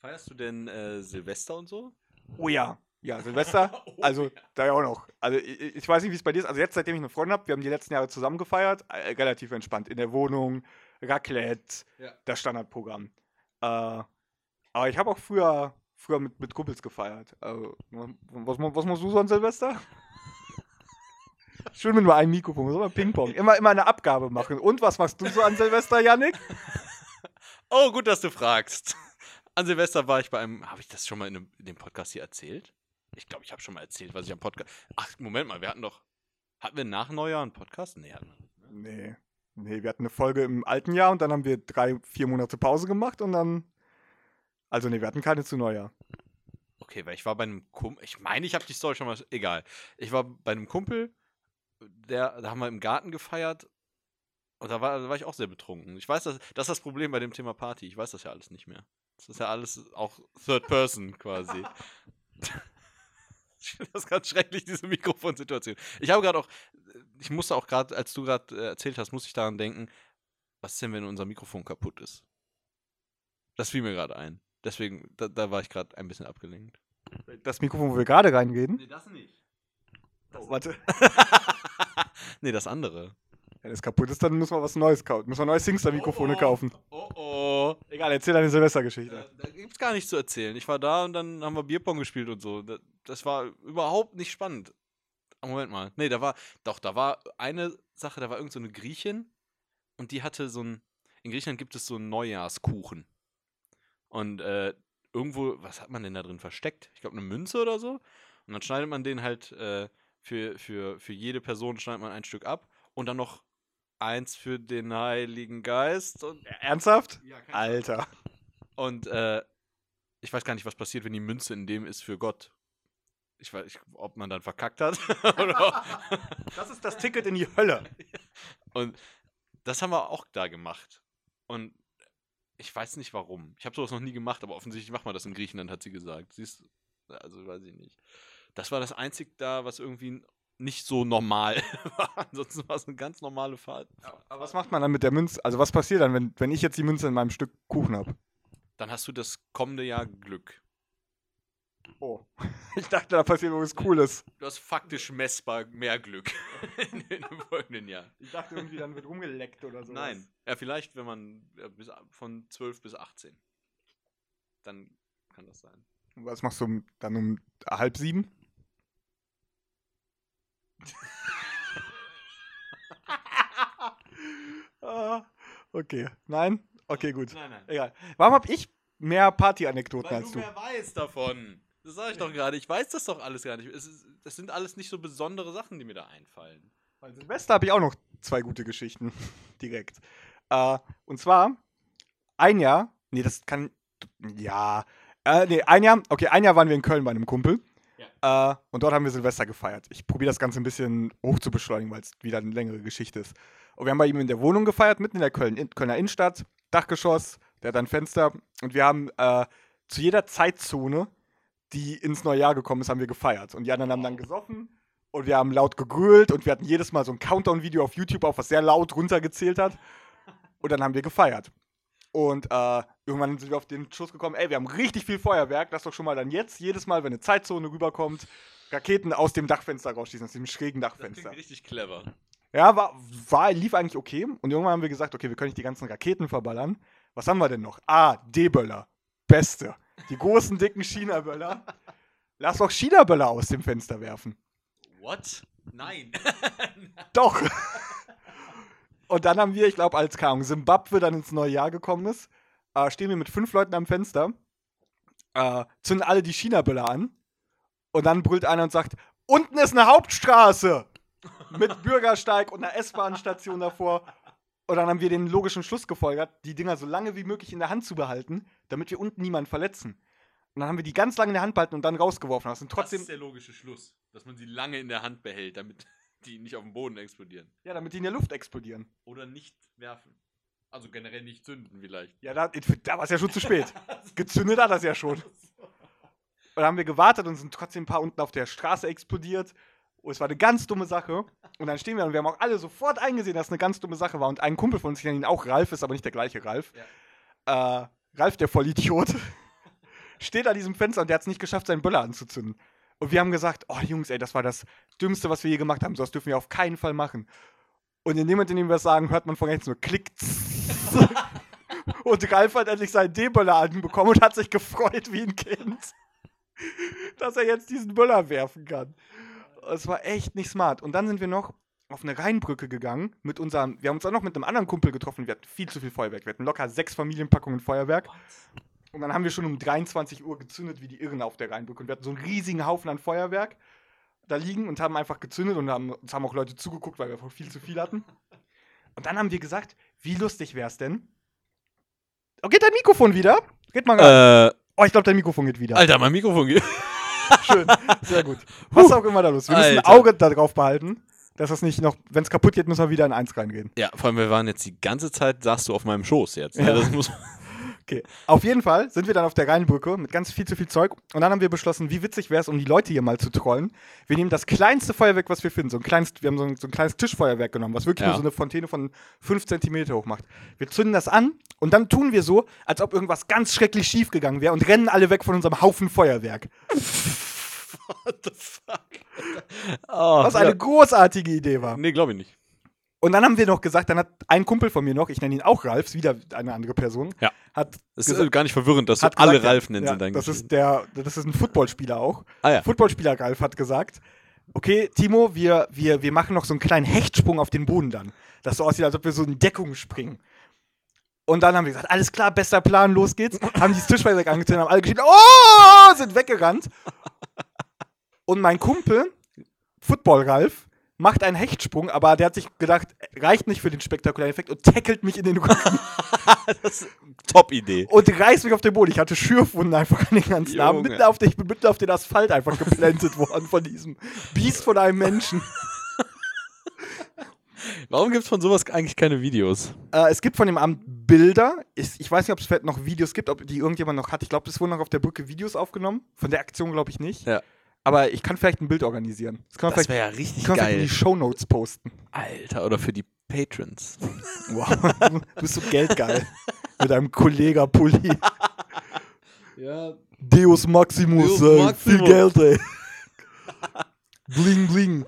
Speaker 2: Feierst du denn äh, Silvester und so? Oh.
Speaker 1: Oh ja. Ja, Silvester, also da ja auch noch. Also ich, ich weiß nicht, wie es bei dir ist. Also jetzt, seitdem ich eine Freundin habe, wir haben die letzten Jahre zusammen gefeiert, äh, relativ entspannt. In der Wohnung, Raclette,
Speaker 2: Ja.
Speaker 1: das Standardprogramm. Äh, aber ich habe auch früher, früher mit, mit Kumpels gefeiert. Also, was, mu- was musst du so an Silvester? Schön mit nur einem Mikrofon, so immer Ping-Pong. Immer, immer eine Abgabe machen. Und was machst du so an Silvester, Yannick?
Speaker 2: Oh, gut, dass du fragst. An Silvester war ich bei einem. Habe ich das schon mal in dem, in dem Podcast hier erzählt? Ich glaube, ich habe schon mal erzählt, was ich am Podcast. Ach, Moment mal, wir hatten doch. Hatten wir nach Neujahr einen Podcast? Nee, hatten wir nicht. ne?
Speaker 1: Nee. Nee, wir hatten eine Folge im alten Jahr und dann haben wir drei, vier Monate Pause gemacht und dann. Also nee, wir hatten keine zu Neujahr.
Speaker 2: Okay, weil ich war bei einem Kumpel. Ich meine, ich habe die Story schon mal. Egal. Ich war bei einem Kumpel, der, da haben wir im Garten gefeiert. Und da war, da war ich auch sehr betrunken. Ich weiß, das, das ist das Problem bei dem Thema Party. Ich weiß das ja alles nicht mehr. Das ist ja alles auch Third Person quasi. Ich finde das ganz schrecklich, diese Mikrofonsituation. Ich habe gerade auch, ich musste auch gerade, als du gerade äh, erzählt hast, musste ich daran denken, was ist denn, wenn unser Mikrofon kaputt ist? Das fiel mir gerade ein. Deswegen, da, da war ich gerade ein bisschen abgelenkt.
Speaker 1: Das Mikrofon, wo wir gerade reingehen.
Speaker 2: das nicht.
Speaker 1: Oh, warte.
Speaker 2: nee, das andere.
Speaker 1: Wenn es kaputt ist, dann müssen wir was Neues kaufen. Müssen wir neue Singster-Mikrofone
Speaker 2: Oh, oh.
Speaker 1: kaufen.
Speaker 2: Oh oh.
Speaker 1: Egal, erzähl deine
Speaker 2: Da,
Speaker 1: Silvestergeschichte.
Speaker 2: da gibt's gar nichts zu erzählen. Ich war da und dann haben wir Bierpong gespielt und so. Das, das war überhaupt nicht spannend. Ah, Moment mal. Nee, da war, doch, da war eine Sache, da war irgend so eine Griechin und die hatte so ein, in Griechenland gibt es so einen Neujahrskuchen. Und äh, irgendwo, was hat man denn da drin versteckt? Ich glaube, eine Münze oder so. Und dann schneidet man den halt äh, für, für, für jede Person schneidet man ein Stück ab und dann noch eins für den Heiligen Geist und
Speaker 1: Ernsthaft? Alter.
Speaker 2: und äh, ich weiß gar nicht, was passiert, wenn die Münze in dem ist für Gott. Ich weiß nicht, ob man dann verkackt hat. oder
Speaker 1: Das ist das Ticket in die Hölle.
Speaker 2: und das haben wir auch da gemacht. Und ich weiß nicht warum. Ich habe sowas noch nie gemacht, aber offensichtlich macht man das in Griechenland, hat sie gesagt. Sie ist, also weiß ich nicht. Das war das einzig da, was irgendwie nicht so normal war. Ansonsten war es eine ganz normale Fahrt.
Speaker 1: Aber was macht man dann mit der Münze? Also was passiert dann, wenn, wenn ich jetzt die Münze in meinem Stück Kuchen habe?
Speaker 2: Dann hast du das kommende Jahr Glück.
Speaker 1: Oh. Ich dachte, da passiert irgendwas Cooles.
Speaker 3: Du hast faktisch messbar mehr Glück in den folgenden Jahren.
Speaker 1: Ich dachte irgendwie, dann wird rumgeleckt oder so.
Speaker 3: Nein. Ja, vielleicht, wenn man äh, bis, von 12 bis 18. Dann kann das sein.
Speaker 1: Was machst du um- dann um halb sieben? ah, okay. Nein? Okay, gut.
Speaker 3: Nein, nein.
Speaker 1: Egal. Warum habe ich mehr Party-Anekdoten
Speaker 3: Weil
Speaker 1: als
Speaker 3: du
Speaker 1: du?
Speaker 3: mehr weißt davon. Das sage ich doch gerade. Ich weiß das doch alles gar nicht. Es ist, das sind alles nicht so besondere Sachen, die mir da einfallen.
Speaker 1: Weil Silvester habe ich auch noch zwei gute Geschichten direkt. Äh, und zwar ein Jahr, nee, das kann, ja, äh, nee, ein Jahr, okay, ein Jahr waren wir in Köln bei einem Kumpel. Äh, und dort haben wir Silvester gefeiert. Ich probiere das Ganze ein bisschen hoch zu beschleunigen, weil es wieder eine längere Geschichte ist. Und wir haben bei ihm in der Wohnung gefeiert, mitten in der Köln, in, Kölner Innenstadt, Dachgeschoss, der hat ein Fenster. Und wir haben äh, zu jeder Zeitzone, die ins neue Jahr gekommen ist, haben wir gefeiert. Und die anderen haben dann gesoffen und wir haben laut gegrölt und wir hatten jedes Mal so ein Countdown-Video auf YouTube auf, was sehr laut runtergezählt hat. Und dann haben wir gefeiert. Und äh, irgendwann sind wir auf den Schuss gekommen, ey, wir haben richtig viel Feuerwerk, lass doch schon mal dann jetzt, jedes Mal, wenn eine Zeitzone rüberkommt, Raketen aus dem Dachfenster rausschießen, aus dem schrägen
Speaker 3: Das klingt
Speaker 1: Dachfenster.
Speaker 3: richtig clever.
Speaker 1: Ja, war, war, lief eigentlich okay. Und irgendwann haben wir gesagt, okay, wir können nicht die ganzen Raketen verballern. Was haben wir denn noch? Ah, D-Böller. Beste. Die großen, dicken China-Böller. Lass doch China-Böller aus dem Fenster werfen.
Speaker 3: What? Nein.
Speaker 1: Doch. Und dann haben wir, ich glaube, als keine Ahnung, Simbabwe dann ins neue Jahr gekommen ist, äh, stehen wir mit fünf Leuten am Fenster, äh, zünden alle die China-Böller an und dann brüllt einer und sagt, unten ist eine Hauptstraße mit Bürgersteig und einer S-Bahn-Station davor. Und dann haben wir den logischen Schluss gefolgert, die Dinger so lange wie möglich in der Hand zu behalten, damit wir unten niemanden verletzen. Und dann haben wir die ganz lange in der Hand behalten und dann rausgeworfen. Das sind
Speaker 3: Trotzdem
Speaker 1: trotzdem,
Speaker 3: das ist der logische Schluss, dass man sie lange in der Hand behält, damit die nicht auf dem Boden explodieren.
Speaker 1: ja, damit die in der Luft explodieren.
Speaker 3: Oder nicht werfen. Also generell nicht zünden vielleicht.
Speaker 1: Ja, da, da war es ja schon zu spät. Gezündet hat das ja schon. Und dann haben wir gewartet und sind trotzdem ein paar unten auf der Straße explodiert. Und es war eine ganz dumme Sache. Und dann stehen wir da und wir haben auch alle sofort eingesehen, dass es eine ganz dumme Sache war. Und ein Kumpel von uns, ich nenne ihn auch Ralf, ist aber nicht der gleiche Ralf. Äh, Ralf, der Vollidiot, steht an diesem Fenster und der hat es nicht geschafft, seinen Böller anzuzünden. Und wir haben gesagt, oh Jungs, ey, das war das Dümmste, was wir je gemacht haben. So was dürfen wir auf keinen Fall machen. Und in dem Moment, in dem wir das sagen, hört man von rechts nur Klick. tss. Und Ralf hat endlich seinen D-Böller anbekommen und hat sich gefreut wie ein Kind, dass er jetzt diesen Böller werfen kann. Es war echt nicht smart. Und dann sind wir noch auf eine Rheinbrücke gegangen mit unserem, wir haben uns auch noch mit einem anderen Kumpel getroffen, wir hatten viel zu viel Feuerwerk, wir hatten locker sechs Familienpackungen Feuerwerk. Und dann haben wir schon um 23 Uhr gezündet wie die Irren auf der Rheinbrücke und wir hatten so einen riesigen Haufen an Feuerwerk da liegen und haben einfach gezündet und haben, uns haben auch Leute zugeguckt, weil wir einfach viel zu viel hatten. Und dann haben wir gesagt, wie lustig wär's denn? Oh, geht dein Mikrofon wieder? Geht mal rein.
Speaker 2: Äh,
Speaker 1: Oh, ich glaube, dein Mikrofon geht wieder.
Speaker 2: Alter, mein Mikrofon geht.
Speaker 1: Schön, sehr gut. Was auch immer da los. Wir müssen ein
Speaker 2: Alter.
Speaker 1: Auge darauf behalten, dass das nicht noch, wenn es kaputt geht, müssen wir wieder in eins reingehen.
Speaker 2: Ja, vor allem, wir waren jetzt die ganze Zeit, saßt du auf meinem Schoß jetzt. Ne?
Speaker 1: Ja.
Speaker 2: Das muss,
Speaker 1: Okay. Auf jeden Fall sind wir dann auf der Rheinbrücke mit ganz viel zu viel Zeug und dann haben wir beschlossen, wie witzig wäre es, um die Leute hier mal zu trollen. Wir nehmen das kleinste Feuerwerk, was wir finden. So ein kleines, wir haben so ein, so ein kleines Tischfeuerwerk genommen, was wirklich
Speaker 2: Ja.
Speaker 1: nur so eine Fontäne von 5 cm hoch macht. Wir zünden das an und dann tun wir so, als ob irgendwas ganz schrecklich schief gegangen wäre und rennen alle weg von unserem Haufen Feuerwerk.
Speaker 2: What the fuck? Oh,
Speaker 1: Was eine
Speaker 2: ja.
Speaker 1: großartige Idee war.
Speaker 2: Nee, glaube ich nicht.
Speaker 1: Und dann haben wir noch gesagt, dann hat ein Kumpel von mir noch, ich nenne ihn auch Ralfs, wieder eine andere Person,
Speaker 2: Ja.
Speaker 1: hat
Speaker 2: Es ist
Speaker 1: Gesa-
Speaker 2: äh, gar nicht verwirrend, dass du
Speaker 1: hat
Speaker 2: alle
Speaker 1: gesagt,
Speaker 2: Ralf nennst
Speaker 1: ja,
Speaker 2: in deinen
Speaker 1: das
Speaker 2: Geschichten.
Speaker 1: ist der, das ist ein Footballspieler auch.
Speaker 2: Ah ja.
Speaker 1: Footballspieler Ralf hat gesagt, okay, Timo, wir, wir, wir machen noch so einen kleinen Hechtsprung auf den Boden dann. Das so aussieht, als ob wir so in Deckung springen. Und dann haben wir gesagt, alles klar, bester Plan, los geht's. haben dieses Tischfeuerwerk angezündet, haben alle geschrien, oh, sind weggerannt. Und mein Kumpel, Football Ralf, macht einen Hechtsprung, aber der hat sich gedacht, reicht nicht für den spektakulären Effekt und tackelt mich in den Rücken
Speaker 2: Top-Idee.
Speaker 1: und reißt mich auf den Boden. Ich hatte Schürfwunden einfach an den ganzen
Speaker 2: Junge.
Speaker 1: Armen. Mitten auf den, ich bin mitten auf den Asphalt einfach geblendet worden von diesem Biest von einem Menschen.
Speaker 2: Warum gibt es von sowas eigentlich keine Videos?
Speaker 1: Äh, es gibt von dem Abend Bilder. Ich, ich weiß nicht, ob es vielleicht noch Videos gibt, ob die irgendjemand noch hat. Ich glaube, es wurden noch auf der Brücke Videos aufgenommen. Von der Aktion glaube ich nicht.
Speaker 2: Ja.
Speaker 1: Aber ich kann vielleicht ein Bild organisieren. Das kann man vielleicht,
Speaker 2: wäre ja richtig
Speaker 1: das kann man vielleicht in die Shownotes posten.
Speaker 2: Alter, oder für die Patrons.
Speaker 1: Wow. du bist so geldgeil. Mit deinem Kollega-Pulli.
Speaker 2: Ja,
Speaker 1: Deus Maximus,
Speaker 2: Deus
Speaker 1: ey.
Speaker 2: Maximus.
Speaker 1: Viel Geld, ey. bling, bling.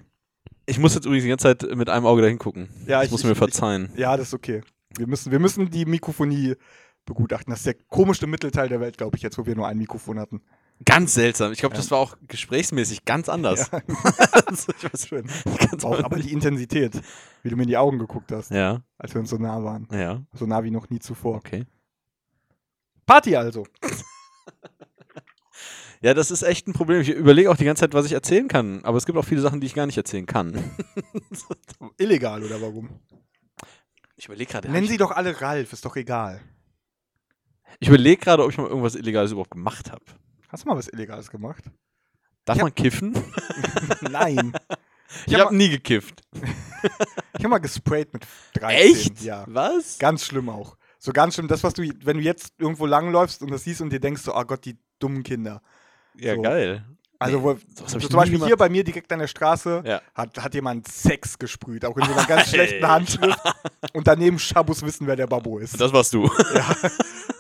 Speaker 2: Ich muss jetzt übrigens die ganze Zeit mit einem Auge dahin gucken.
Speaker 1: Ja,
Speaker 2: das
Speaker 1: ich-
Speaker 2: muss
Speaker 1: ich-
Speaker 2: mir
Speaker 1: ich-
Speaker 2: verzeihen.
Speaker 1: Ja, das ist okay. Wir müssen, wir müssen die Mikrofonie begutachten. Das ist der komischste Mittelteil der Welt, glaube ich, jetzt, wo wir nur ein Mikrofon hatten.
Speaker 2: Ganz seltsam. Ich glaube, das war auch gesprächsmäßig ganz anders. Also, ich weiß,
Speaker 1: Schön.
Speaker 2: ganz
Speaker 1: Auch, aber die Intensität, wie du mir in die Augen geguckt hast,
Speaker 2: ja,
Speaker 1: als wir uns so nah waren.
Speaker 2: ja,
Speaker 1: So nah wie noch nie zuvor.
Speaker 2: okay.
Speaker 1: Party also.
Speaker 2: Ja, das ist echt ein Problem. Ich überlege auch die ganze Zeit, was ich erzählen kann. Aber es gibt auch viele Sachen, die ich gar nicht erzählen kann.
Speaker 1: Illegal oder warum?
Speaker 2: Ich überlege gerade.
Speaker 1: Nennen Sie doch alle Ralf, ist doch egal.
Speaker 2: Ich überlege gerade, ob ich mal irgendwas Illegales überhaupt gemacht habe.
Speaker 1: Hast du mal was Illegales gemacht?
Speaker 2: Darf
Speaker 1: Ja.
Speaker 2: man kiffen?
Speaker 1: Nein.
Speaker 2: Ich
Speaker 1: hab
Speaker 2: habe nie gekifft.
Speaker 1: Ich habe mal gesprayt mit 13.
Speaker 2: Echt?
Speaker 1: Ja.
Speaker 2: Was?
Speaker 1: Ganz schlimm auch. So ganz schlimm. Das, was du, wenn du jetzt irgendwo langläufst und das siehst und dir denkst, so, ah Gott, die dummen Kinder.
Speaker 2: Ja,
Speaker 1: so.
Speaker 2: geil.
Speaker 1: Also,
Speaker 2: Nee,
Speaker 1: wo,
Speaker 2: sowas
Speaker 1: so
Speaker 2: hab ich
Speaker 1: zum
Speaker 2: nie
Speaker 1: Beispiel
Speaker 2: gemacht.
Speaker 1: hier bei mir direkt an der Straße
Speaker 2: Ja.
Speaker 1: hat, hat jemand Sex gesprüht, auch in so einer ganz schlechten Handschrift. Und daneben Schabus wissen, wer der Babbo ist.
Speaker 2: Und das warst du.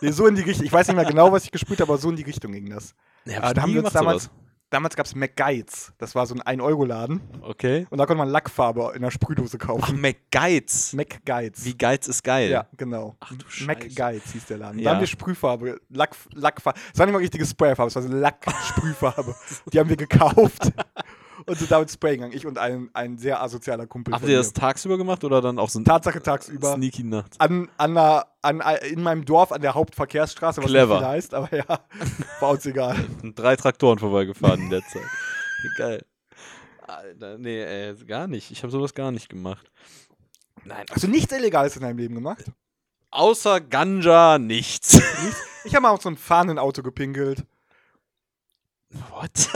Speaker 1: Nee, so in die Richtung. Ich weiß nicht mehr genau, was ich gesprüht habe, aber so in die Richtung ging das.
Speaker 2: Nee,
Speaker 1: Aber da haben wir uns damals,
Speaker 2: damals.
Speaker 1: damals gab es McGuides. Das war so ein 1-Euro-Laden.
Speaker 2: Okay.
Speaker 1: Und da konnte man Lackfarbe in einer Sprühdose
Speaker 2: Ach,
Speaker 1: kaufen.
Speaker 2: McGuides.
Speaker 1: McGuides.
Speaker 2: Wie Geiz ist geil.
Speaker 1: Ja, genau.
Speaker 2: Ach du Scheiße.
Speaker 1: MacGuides hieß der Laden.
Speaker 2: Ja.
Speaker 1: Da haben wir Sprühfarbe, Lack, Lackfarbe. Es war nicht mal richtige Sprayfarbe, es war so Lack-Sprühfarbe. die haben wir gekauft und sind damit Spray gegangen. Ich und ein, ein sehr asozialer Kumpel.
Speaker 2: Habt
Speaker 1: von
Speaker 2: ihr
Speaker 1: mir.
Speaker 2: das tagsüber gemacht oder dann auch so ein
Speaker 1: Tatsache tagsüber
Speaker 2: Sneaky Nacht?
Speaker 1: an, an, einer, an in meinem Dorf an der Hauptverkehrsstraße, was
Speaker 2: Clever.
Speaker 1: nicht viel heißt, aber ja, war uns egal.
Speaker 2: Sind drei Traktoren vorbeigefahren in der Zeit. Wie geil. Alter, nee, ey, gar nicht. Ich habe sowas gar nicht gemacht. Nein.
Speaker 1: Hast du nichts Illegales in deinem Leben gemacht?
Speaker 2: Außer Ganja nichts.
Speaker 1: Ich habe mal auf so ein Fahnenauto gepinkelt.
Speaker 2: What?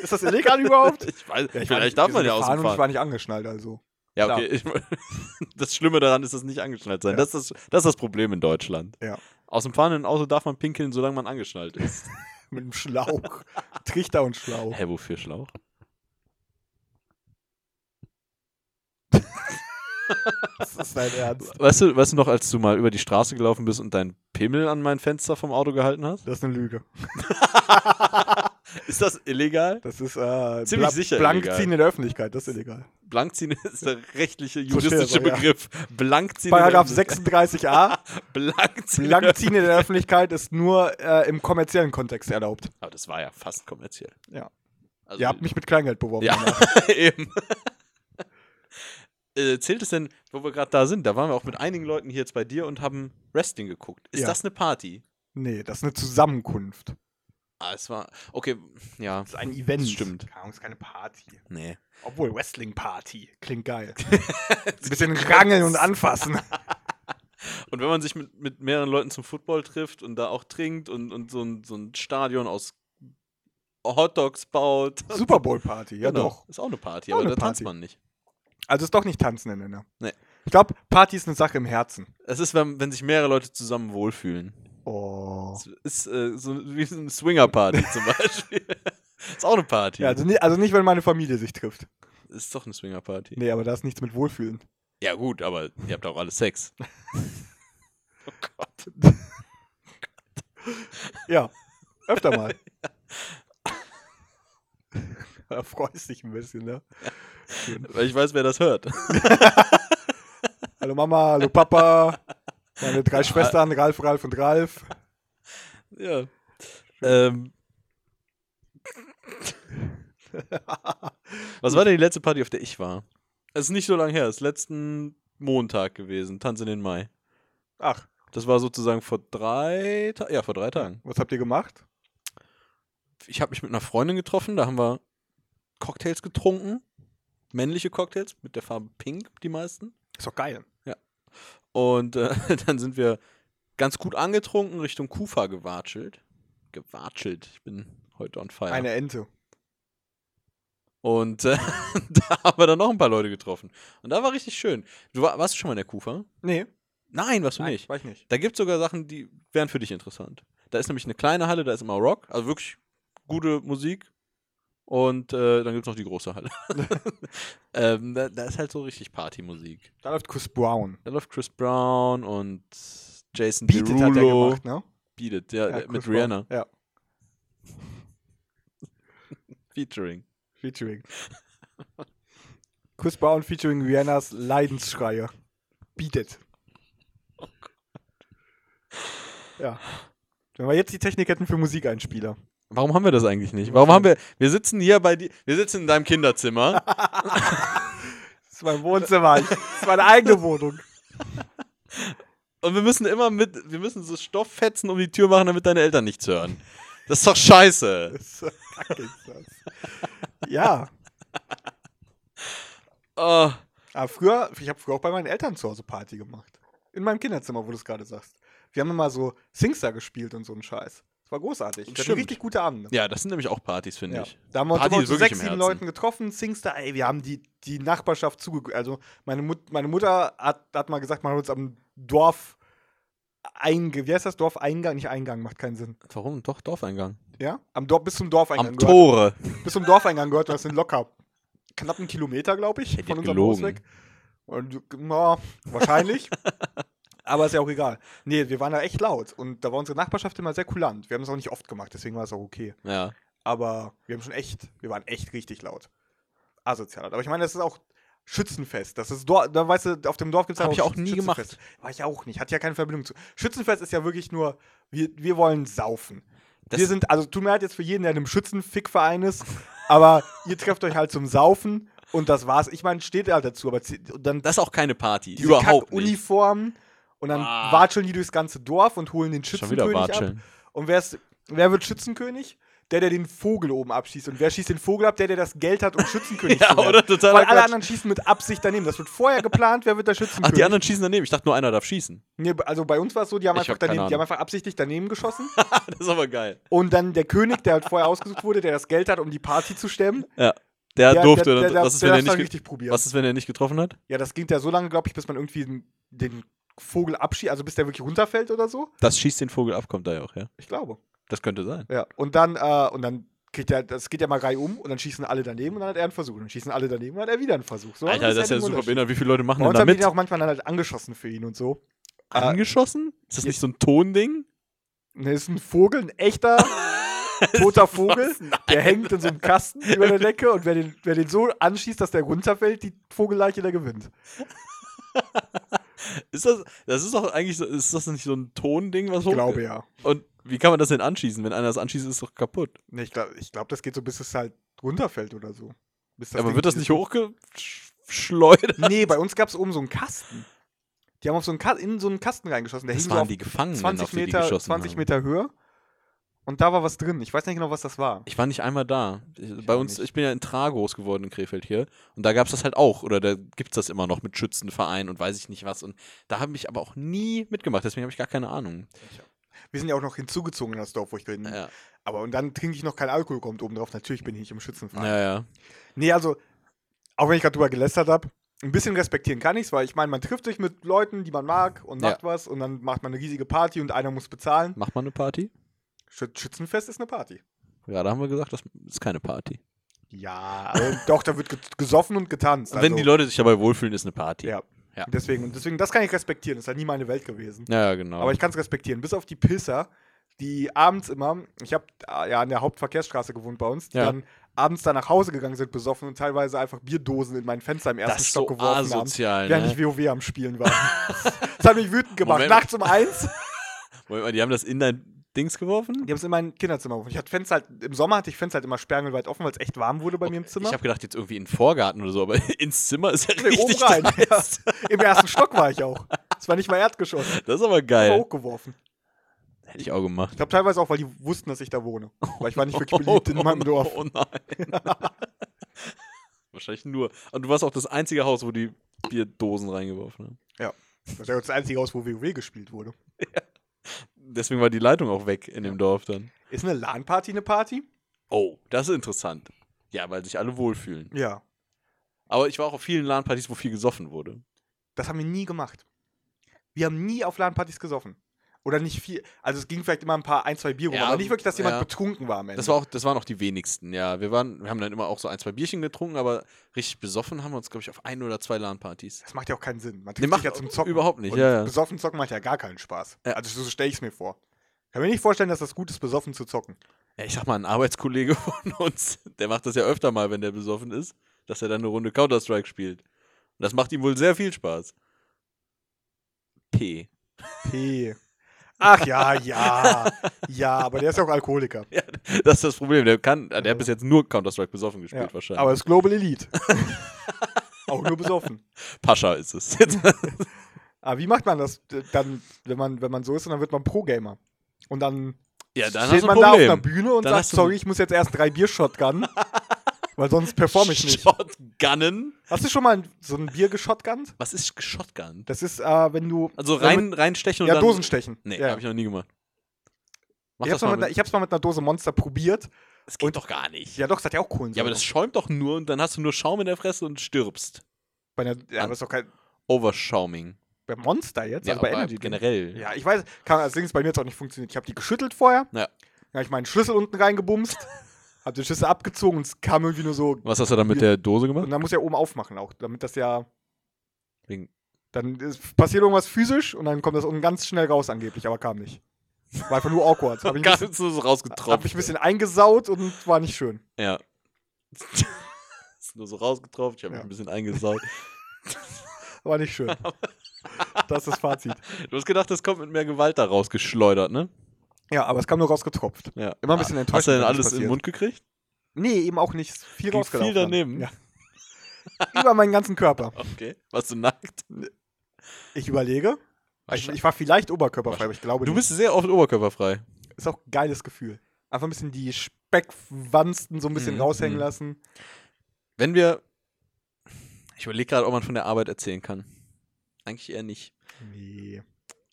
Speaker 1: Ist das illegal überhaupt?
Speaker 2: Ich weiß,
Speaker 1: Ja, ich war
Speaker 2: vielleicht
Speaker 1: nicht-
Speaker 2: darf
Speaker 1: wir
Speaker 2: man
Speaker 1: sind
Speaker 2: ja
Speaker 1: gefahren
Speaker 2: außen
Speaker 1: Und ich war
Speaker 2: fahren.
Speaker 1: nicht angeschnallt, also.
Speaker 2: Ja, okay. Ich, das Schlimme daran ist, dass nicht angeschnallt sein.
Speaker 1: Ja.
Speaker 2: Das, ist, das ist das Problem in Deutschland.
Speaker 1: Ja.
Speaker 2: Aus dem fahrenden Auto darf man pinkeln, solange man angeschnallt ist.
Speaker 1: Mit einem Schlauch. Trichter und Schlauch.
Speaker 2: Hä, wofür Schlauch?
Speaker 1: Das ist dein Ernst.
Speaker 2: Weißt du, weißt du noch, als du mal über die Straße gelaufen bist und deinen Pimmel an mein Fenster vom Auto gehalten hast?
Speaker 1: Das ist eine Lüge.
Speaker 2: ist das illegal?
Speaker 1: Das ist äh,
Speaker 2: Ziemlich sicher illegal.
Speaker 1: Blankziehen in der Öffentlichkeit, das ist illegal.
Speaker 2: Blankziehen ist der rechtliche,
Speaker 1: Verstehe,
Speaker 2: juristische
Speaker 1: aber ja.
Speaker 2: Begriff. Blankziehen.
Speaker 1: Paragraph
Speaker 2: in der-
Speaker 1: 36a,
Speaker 2: Blankziehen. in der-
Speaker 1: Blankziehen in der Öffentlichkeit ist nur äh, im kommerziellen Kontext erlaubt.
Speaker 2: Aber das war ja fast kommerziell.
Speaker 1: Ja.
Speaker 2: Also,
Speaker 1: Ihr habt mich mit Kleingeld beworben.
Speaker 2: Ja.
Speaker 1: danach.
Speaker 2: eben. Äh, zählt es denn, wo wir gerade da sind? Da waren wir auch mit einigen Leuten hier jetzt bei dir und haben Wrestling geguckt. Ist
Speaker 1: Ja.
Speaker 2: das eine Party?
Speaker 1: Nee, das ist eine Zusammenkunft.
Speaker 2: Ah, es war. Okay, ja.
Speaker 1: Das ist ein Event.
Speaker 2: Das stimmt.
Speaker 1: Keine Ahnung, ist keine Party.
Speaker 2: Nee.
Speaker 1: Obwohl, Wrestling-Party. Klingt geil. Ein bisschen rangeln und anfassen.
Speaker 2: Und wenn man sich mit, mit mehreren Leuten zum Football trifft und da auch trinkt und, und so, ein, so ein Stadion aus Hotdogs baut.
Speaker 1: Super Bowl-Party, ja
Speaker 2: Genau.
Speaker 1: doch.
Speaker 2: Ist auch eine Party,
Speaker 1: Auch
Speaker 2: aber
Speaker 1: eine
Speaker 2: da tanzt
Speaker 1: Party.
Speaker 2: man nicht.
Speaker 1: Also ist doch nicht tanzen in einer.
Speaker 2: Nee.
Speaker 1: Ich glaube, Party ist eine Sache im Herzen.
Speaker 2: Es ist, wenn, wenn sich mehrere Leute zusammen wohlfühlen.
Speaker 1: Oh.
Speaker 2: Es ist äh, so wie so eine Swinger-Party zum Beispiel. ist auch eine Party.
Speaker 1: Ja, also, ni- also nicht, wenn meine Familie sich trifft.
Speaker 2: ist doch eine Swinger-Party.
Speaker 1: Nee, aber da ist nichts mit Wohlfühlen.
Speaker 2: Ja, gut, aber ihr habt auch alle Sex. oh Gott.
Speaker 1: Ja, öfter mal. Da freust dich ein bisschen, ne? Schön.
Speaker 2: Weil ich weiß, wer das hört.
Speaker 1: Hallo Mama, hallo Papa, meine drei Schwestern, Ralf, Ralf und Ralf.
Speaker 2: ja. Ähm, was war denn die letzte Party, auf der ich war? Es ist nicht so lange her, es ist letzten Montag gewesen, Tanz in den Mai.
Speaker 1: Ach,
Speaker 2: Das war sozusagen vor drei Tagen. Ja, vor drei Tagen.
Speaker 1: was habt ihr gemacht?
Speaker 2: Ich habe mich mit einer Freundin getroffen, da haben wir Cocktails getrunken. Männliche Cocktails mit der Farbe Pink, die meisten.
Speaker 1: Ist doch geil.
Speaker 2: Und äh, dann sind wir ganz gut angetrunken Richtung Kufa gewatschelt. Gewatschelt. Ich bin heute on fire.
Speaker 1: Eine Ente.
Speaker 2: Und äh, da haben wir dann noch ein paar Leute getroffen. Und da war richtig schön. Du war, warst du schon mal in der Kufa?
Speaker 1: Nee,
Speaker 2: Nein, warst du nicht.
Speaker 1: weiß ich nicht.
Speaker 2: Da gibt es sogar Sachen, die wären für dich interessant. Da ist nämlich eine kleine Halle, da ist immer Rock, also wirklich gute Musik. Und äh, dann gibt es noch die große Halle. ähm, da, da ist halt so richtig Partymusik.
Speaker 1: Da läuft Chris Brown.
Speaker 2: Da läuft Chris Brown und Jason
Speaker 1: Beated hat er
Speaker 2: Derulo.
Speaker 1: gemacht, ne? Äh,
Speaker 2: Beat It, ja,
Speaker 1: Ja,
Speaker 2: mit
Speaker 1: Chris
Speaker 2: Rihanna.
Speaker 1: Brown. Ja.
Speaker 2: Featuring.
Speaker 1: Featuring. Chris Brown featuring Rihannas Leidensschreie. Bietet. Ja. Wenn wir jetzt die Technik hätten für Musikeinspieler.
Speaker 2: Warum haben wir das eigentlich nicht? Warum haben wir. Wir sitzen hier bei dir. Wir sitzen in deinem Kinderzimmer.
Speaker 1: Das ist mein Wohnzimmer. Ich- Das ist meine eigene Wohnung.
Speaker 2: Und wir müssen immer mit, wir müssen so Stofffetzen um die Tür machen, damit deine Eltern nichts hören. Das ist doch scheiße.
Speaker 1: Das ist- Kacke ist das. Ja.
Speaker 2: Oh,
Speaker 1: Aber früher, ich habe früher auch bei meinen Eltern zu Hause Party gemacht. In meinem Kinderzimmer, wo du es gerade sagst. Wir haben immer so Singstar gespielt und so einen Scheiß. Das war großartig. Das
Speaker 2: Stimmt.
Speaker 1: richtig gute Abende.
Speaker 2: ja, das sind nämlich auch Partys, finde ich.
Speaker 1: Da haben wir uns
Speaker 2: Party
Speaker 1: immer
Speaker 2: ist
Speaker 1: zu
Speaker 2: wirklich
Speaker 1: sechs,
Speaker 2: im
Speaker 1: sieben
Speaker 2: Herzen.
Speaker 1: Leuten getroffen. Singstar, ey, wir haben die, die Nachbarschaft zugegeben. Also, meine, Mut, meine Mutter hat, hat mal gesagt, man hat uns am Dorf. Einge wie heißt das Dorf? Eingang? Nicht Eingang, macht keinen Sinn.
Speaker 2: Warum? Doch, Dorfeingang.
Speaker 1: Ja? Am Dorf, bis zum Dorfeingang.
Speaker 2: Am
Speaker 1: gehört.
Speaker 2: Tore.
Speaker 1: Bis zum Dorfeingang gehört das sind locker knapp einen Kilometer, glaube ich,
Speaker 2: Hätte
Speaker 1: von
Speaker 2: jetzt
Speaker 1: unserem Haus
Speaker 2: gelogen.
Speaker 1: weg. Und, na, wahrscheinlich. Aber ist ja auch egal. Nee, wir waren da echt laut. Und da war unsere Nachbarschaft immer sehr kulant. Wir haben es auch nicht oft gemacht, deswegen war es auch okay.
Speaker 2: Ja.
Speaker 1: Aber wir haben schon echt, wir waren echt richtig laut. Asozial. laut. Aber ich meine, das ist auch Schützenfest. Das ist Dor da weißt du, auf dem Dorf gibt es
Speaker 2: Hab ich auch nie gemacht.
Speaker 1: War ich auch nicht, hatte ja keine Verbindung zu. Schützenfest ist ja wirklich nur, wir, wir wollen saufen.
Speaker 2: Das-
Speaker 1: wir sind, also tut mir halt jetzt für jeden, der in einem Schützenfickverein ist, aber ihr trefft euch halt zum Saufen und das war's. Ich meine, steht halt dazu, aber zie- und dann
Speaker 2: Das ist auch keine Party.
Speaker 1: diese
Speaker 2: Überhaupt nicht.
Speaker 1: Uniformen und dann
Speaker 2: Ah.
Speaker 1: watscheln die durchs ganze Dorf und holen den
Speaker 2: Schon wieder
Speaker 1: Schützenkönig ab.
Speaker 2: watscheln.
Speaker 1: Und wer, ist, wer wird Schützenkönig? Der, der den Vogel oben abschießt. Und wer schießt den Vogel ab? Der, der das Geld hat, um Schützenkönig
Speaker 2: Ja,
Speaker 1: zu werden.
Speaker 2: oder? Totaler
Speaker 1: Weil alle
Speaker 2: Quatsch.
Speaker 1: anderen schießen mit Absicht daneben. Das wird vorher geplant, wer wird der
Speaker 2: Ach,
Speaker 1: Schützenkönig.
Speaker 2: die anderen schießen daneben. Ich dachte, nur einer darf schießen.
Speaker 1: nee, also bei uns war es so, die haben,
Speaker 2: Ich
Speaker 1: einfach
Speaker 2: hab keine
Speaker 1: daneben, die haben
Speaker 2: Ahnung.
Speaker 1: einfach absichtlich daneben geschossen.
Speaker 2: Das ist aber geil.
Speaker 1: Und dann der König, der halt vorher ausgesucht wurde, der das Geld hat, um die Party zu stemmen.
Speaker 2: Ja. Der,
Speaker 1: der,
Speaker 2: durfte. ne?
Speaker 1: der, der,
Speaker 2: was, ist,
Speaker 1: der
Speaker 2: wenn er
Speaker 1: darf's dann
Speaker 2: nicht ge-
Speaker 1: richtig probieren.
Speaker 2: was ist, wenn er nicht getroffen hat?
Speaker 1: Ja, das ging ja so lange, glaube ich, bis man irgendwie den Vogel abschießt, also bis der wirklich runterfällt oder so.
Speaker 2: Das schießt den Vogel ab, kommt da ja auch, ja.
Speaker 1: Ich glaube.
Speaker 2: Das könnte sein.
Speaker 1: Ja, und dann, äh, und dann kriegt er, das geht ja mal Reihe um und dann schießen alle daneben und dann hat er einen Versuch. Und dann schießen alle daneben und dann hat er wieder einen Versuch. So,
Speaker 2: Alter, das ist ja
Speaker 1: der
Speaker 2: super
Speaker 1: Unterschied.
Speaker 2: behindert. Wie viele Leute machen
Speaker 1: Bei
Speaker 2: denn
Speaker 1: uns haben die den
Speaker 2: damit?
Speaker 1: auch manchmal dann halt angeschossen für ihn und so. Ah,
Speaker 2: Angeschossen? Ist das nicht so ein Tonding?
Speaker 1: ne, ist ein Vogel, ein echter toter Vogel, der hängt in so einem Kasten über der Decke und wer den, wer den so anschießt, dass der runterfällt, die Vogelleiche, der gewinnt.
Speaker 2: Ist das, das ist doch eigentlich, so, ist das nicht so ein Tonding, was
Speaker 1: Ich glaube ja.
Speaker 2: Und wie kann man das denn anschießen? Wenn einer das anschießt, ist es doch kaputt.
Speaker 1: Ne, ich glaube, ich glaub, das geht so, bis es halt runterfällt oder so. Bis
Speaker 2: Aber
Speaker 1: Ding-
Speaker 2: wird das nicht hochgeschleudert?
Speaker 1: Nee, bei uns gab es oben so einen Kasten. Die haben auf so einen Ka in so einen Kasten reingeschossen. Der
Speaker 2: Das
Speaker 1: hing so
Speaker 2: waren
Speaker 1: auf
Speaker 2: die Gefangenen,
Speaker 1: 20
Speaker 2: auf die die
Speaker 1: Meter,
Speaker 2: geschossen
Speaker 1: 20
Speaker 2: haben.
Speaker 1: Meter Höhe. Und da war was drin. Ich weiß nicht genau, was das war.
Speaker 2: Ich war nicht einmal da. Ich, bei
Speaker 1: auch
Speaker 2: uns,
Speaker 1: nicht.
Speaker 2: ich bin ja in Tra groß geworden in Krefeld hier. Und da gab es das halt auch. Oder da gibt es das immer noch mit Schützenverein und weiß ich nicht was. Und da habe ich aber auch nie mitgemacht. Deswegen habe ich gar keine Ahnung.
Speaker 1: Wir sind ja auch noch hinzugezogen in das Dorf, wo ich bin.
Speaker 2: Ja,
Speaker 1: Aber und dann trinke ich noch keinen Alkohol, kommt oben drauf. Natürlich bin ich nicht im Schützenverein.
Speaker 2: ja. ja.
Speaker 1: Nee, also, auch wenn ich gerade drüber gelästert habe, ein bisschen respektieren kann ich es, weil ich meine, man trifft sich mit Leuten, die man mag und macht was und dann macht man eine riesige Party und einer muss bezahlen.
Speaker 2: Macht man eine Party?
Speaker 1: Schü- Schützenfest ist eine Party.
Speaker 2: Gerade haben wir gesagt, das ist keine Party.
Speaker 1: Ja, also, doch, da wird ge- gesoffen und getanzt.
Speaker 2: Wenn
Speaker 1: also-
Speaker 2: die Leute sich dabei wohlfühlen, ist eine Party.
Speaker 1: Ja.
Speaker 2: Ja.
Speaker 1: Deswegen, und deswegen, das kann ich respektieren. Das ist halt nie meine Welt gewesen.
Speaker 2: ja, ja, genau.
Speaker 1: Aber ich kann es respektieren. Bis auf die Pisser, die abends immer, ich habe ja an der Hauptverkehrsstraße gewohnt bei uns, die
Speaker 2: Ja.
Speaker 1: dann abends da nach Hause gegangen sind, besoffen und teilweise einfach Bierdosen in mein Fenster im ersten
Speaker 2: das ist
Speaker 1: Stock
Speaker 2: so
Speaker 1: geworfen haben.
Speaker 2: asozial.
Speaker 1: Während
Speaker 2: ne?
Speaker 1: ich WoW am Spielen war. das hat mich wütend gemacht.
Speaker 2: Moment.
Speaker 1: Nachts um eins.
Speaker 2: Moment mal, die haben das in dein Dings geworfen?
Speaker 1: Die haben es in mein Kinderzimmer geworfen. Ich hatte Fenster halt, im Sommer hatte ich Fenster halt immer sperrangelweit offen, weil es echt warm wurde bei mir im Zimmer.
Speaker 2: Ich habe gedacht, jetzt irgendwie in den Vorgarten oder so, aber ins Zimmer ist ja
Speaker 1: Nee,
Speaker 2: richtig
Speaker 1: oben rein.
Speaker 2: dreist.
Speaker 1: Im ersten Stock war ich auch. Es war nicht mal Erdgeschoss.
Speaker 2: Das ist aber
Speaker 1: Ich war
Speaker 2: geil.
Speaker 1: hochgeworfen.
Speaker 2: Hätte ich auch gemacht.
Speaker 1: Ich glaube teilweise auch, weil die wussten, dass ich da wohne. Weil ich war nicht wirklich beliebt in meinem Dorf.
Speaker 2: Oh nein. Wahrscheinlich nur. Und du warst auch das einzige Haus, wo die Bierdosen reingeworfen haben.
Speaker 1: Das war das einzige Haus, wo WoW gespielt wurde.
Speaker 2: Deswegen war die Leitung auch weg in dem Dorf dann.
Speaker 1: Ist eine LAN-Party eine Party?
Speaker 2: Oh, das ist interessant. Ja, weil sich alle wohlfühlen.
Speaker 1: Ja.
Speaker 2: Aber ich war auch auf vielen LAN-Partys, wo viel gesoffen wurde.
Speaker 1: Das haben wir nie gemacht. Wir haben nie auf LAN-Partys gesoffen. Oder nicht viel. Also es ging vielleicht immer ein paar, ein, zwei Bier rum,
Speaker 2: Ja,
Speaker 1: aber nicht wirklich, dass jemand
Speaker 2: ja.
Speaker 1: betrunken war am Ende.
Speaker 2: Das, war auch, das waren auch die wenigsten, ja. Wir, waren, wir haben dann immer auch so ein, zwei Bierchen getrunken, aber richtig besoffen haben wir uns, glaube ich, auf ein oder zwei LAN-Partys.
Speaker 1: das macht ja auch keinen Sinn. Man
Speaker 2: Nee,
Speaker 1: trifft
Speaker 2: macht
Speaker 1: sich ja zum Zocken.
Speaker 2: überhaupt nicht,
Speaker 1: Und
Speaker 2: ja, ja.
Speaker 1: Besoffen zocken macht ja gar keinen Spaß.
Speaker 2: Ja.
Speaker 1: Also so stelle ich es mir vor. Ich kann mir nicht vorstellen, dass das gut ist, besoffen zu zocken.
Speaker 2: Ja, ich sag mal, ein Arbeitskollege von uns, der macht das ja öfter mal, wenn der besoffen ist, dass er dann eine Runde Counter-Strike spielt. Und das macht ihm wohl sehr viel Spaß. P.
Speaker 1: P. Ach ja, ja. Ja, aber der ist ja auch Alkoholiker.
Speaker 2: Das ist das Problem. Der kann, der hat bis jetzt nur Counter-Strike besoffen gespielt
Speaker 1: Ja.
Speaker 2: wahrscheinlich.
Speaker 1: Aber ist Global Elite. auch nur besoffen.
Speaker 2: Pascha ist es. Jetzt.
Speaker 1: Aber wie macht man das äh, dann, wenn man, wenn man so ist, und dann wird man Pro-Gamer? Und dann
Speaker 2: ja, dann
Speaker 1: steht
Speaker 2: hast du ein
Speaker 1: man da auf
Speaker 2: Problem.
Speaker 1: einer Bühne und
Speaker 2: Dann
Speaker 1: sagt,
Speaker 2: hast du-
Speaker 1: sorry, ich muss jetzt erst drei Bier shotgunnen, weil sonst perform ich nicht.
Speaker 2: Shotgunnen?
Speaker 1: Hast du schon mal so ein Bier geshotgunnt?
Speaker 2: Was ist Shotgun?
Speaker 1: Das ist, äh, wenn du...
Speaker 2: Also
Speaker 1: wenn du
Speaker 2: rein, reinstechen
Speaker 1: Mit,
Speaker 2: und
Speaker 1: ja,
Speaker 2: dann...
Speaker 1: Dosen stechen.
Speaker 2: Nee,
Speaker 1: ja.
Speaker 2: hab ich noch nie gemacht. Mach
Speaker 1: ich, hab's
Speaker 2: das mal
Speaker 1: mal
Speaker 2: mit.
Speaker 1: mit, einer- ich hab's mal mit einer Dose Monster probiert.
Speaker 2: das geht
Speaker 1: und-
Speaker 2: doch gar nicht.
Speaker 1: Ja doch, das hat ja auch Kohlensäure.
Speaker 2: Ja, aber das schäumt doch nur und dann hast du nur Schaum in der Fresse und stirbst.
Speaker 1: Bei einer, ja, aber ist doch kein...
Speaker 2: Overschauming.
Speaker 1: Bei Monster jetzt?
Speaker 2: Ja,
Speaker 1: also bei
Speaker 2: aber
Speaker 1: Energy Drink.
Speaker 2: generell.
Speaker 1: Ja, ich weiß, kann, das Ding ist bei mir jetzt auch nicht funktioniert. Ich habe die geschüttelt vorher,
Speaker 2: Ja.
Speaker 1: dann habe ich meinen Schlüssel unten reingebumst, habe den Schlüssel abgezogen und es kam irgendwie nur so.
Speaker 2: Was hast du dann mit der Dose
Speaker 1: Und
Speaker 2: gemacht?
Speaker 1: dann muss ja oben aufmachen auch, damit das ja.
Speaker 2: Wegen-
Speaker 1: Dann ist, passiert irgendwas physisch und dann kommt das unten ganz schnell raus angeblich, aber kam nicht. War einfach nur awkward. Habe ich, ein
Speaker 2: Ganz
Speaker 1: bisschen-
Speaker 2: so
Speaker 1: hab ich ein
Speaker 2: rausgetropft.
Speaker 1: bisschen eingesaut und war nicht schön.
Speaker 2: Ja. ist nur so rausgetropft, ich habe
Speaker 1: Ja.
Speaker 2: mich ein bisschen eingesaugt.
Speaker 1: War nicht schön. das ist das Fazit.
Speaker 2: Du hast gedacht, das kommt mit mehr Gewalt da rausgeschleudert, ne?
Speaker 1: Ja, aber es kam nur rausgetropft. Ah,
Speaker 2: Ja.
Speaker 1: Immer ein bisschen enttäuscht.
Speaker 2: Hast du denn
Speaker 1: wenn das
Speaker 2: alles in den
Speaker 1: passiert.
Speaker 2: Mund gekriegt?
Speaker 1: Nee, eben auch nicht. Viel
Speaker 2: Ging
Speaker 1: rausgelaufen.
Speaker 2: viel daneben.
Speaker 1: Ja. Über meinen ganzen Körper.
Speaker 2: Okay. Warst du nackt?
Speaker 1: Ich überlege. Ich, ich war vielleicht oberkörperfrei, aber ich glaube
Speaker 2: Du
Speaker 1: nicht.
Speaker 2: bist sehr oft oberkörperfrei.
Speaker 1: Ist auch ein geiles Gefühl. Einfach ein bisschen die Speckwansten so ein bisschen
Speaker 2: Mhm,
Speaker 1: raushängen
Speaker 2: mhm.
Speaker 1: lassen.
Speaker 2: Wenn wir. Ich überlege gerade, ob man von der Arbeit erzählen kann. Eigentlich eher nicht.
Speaker 1: Nee.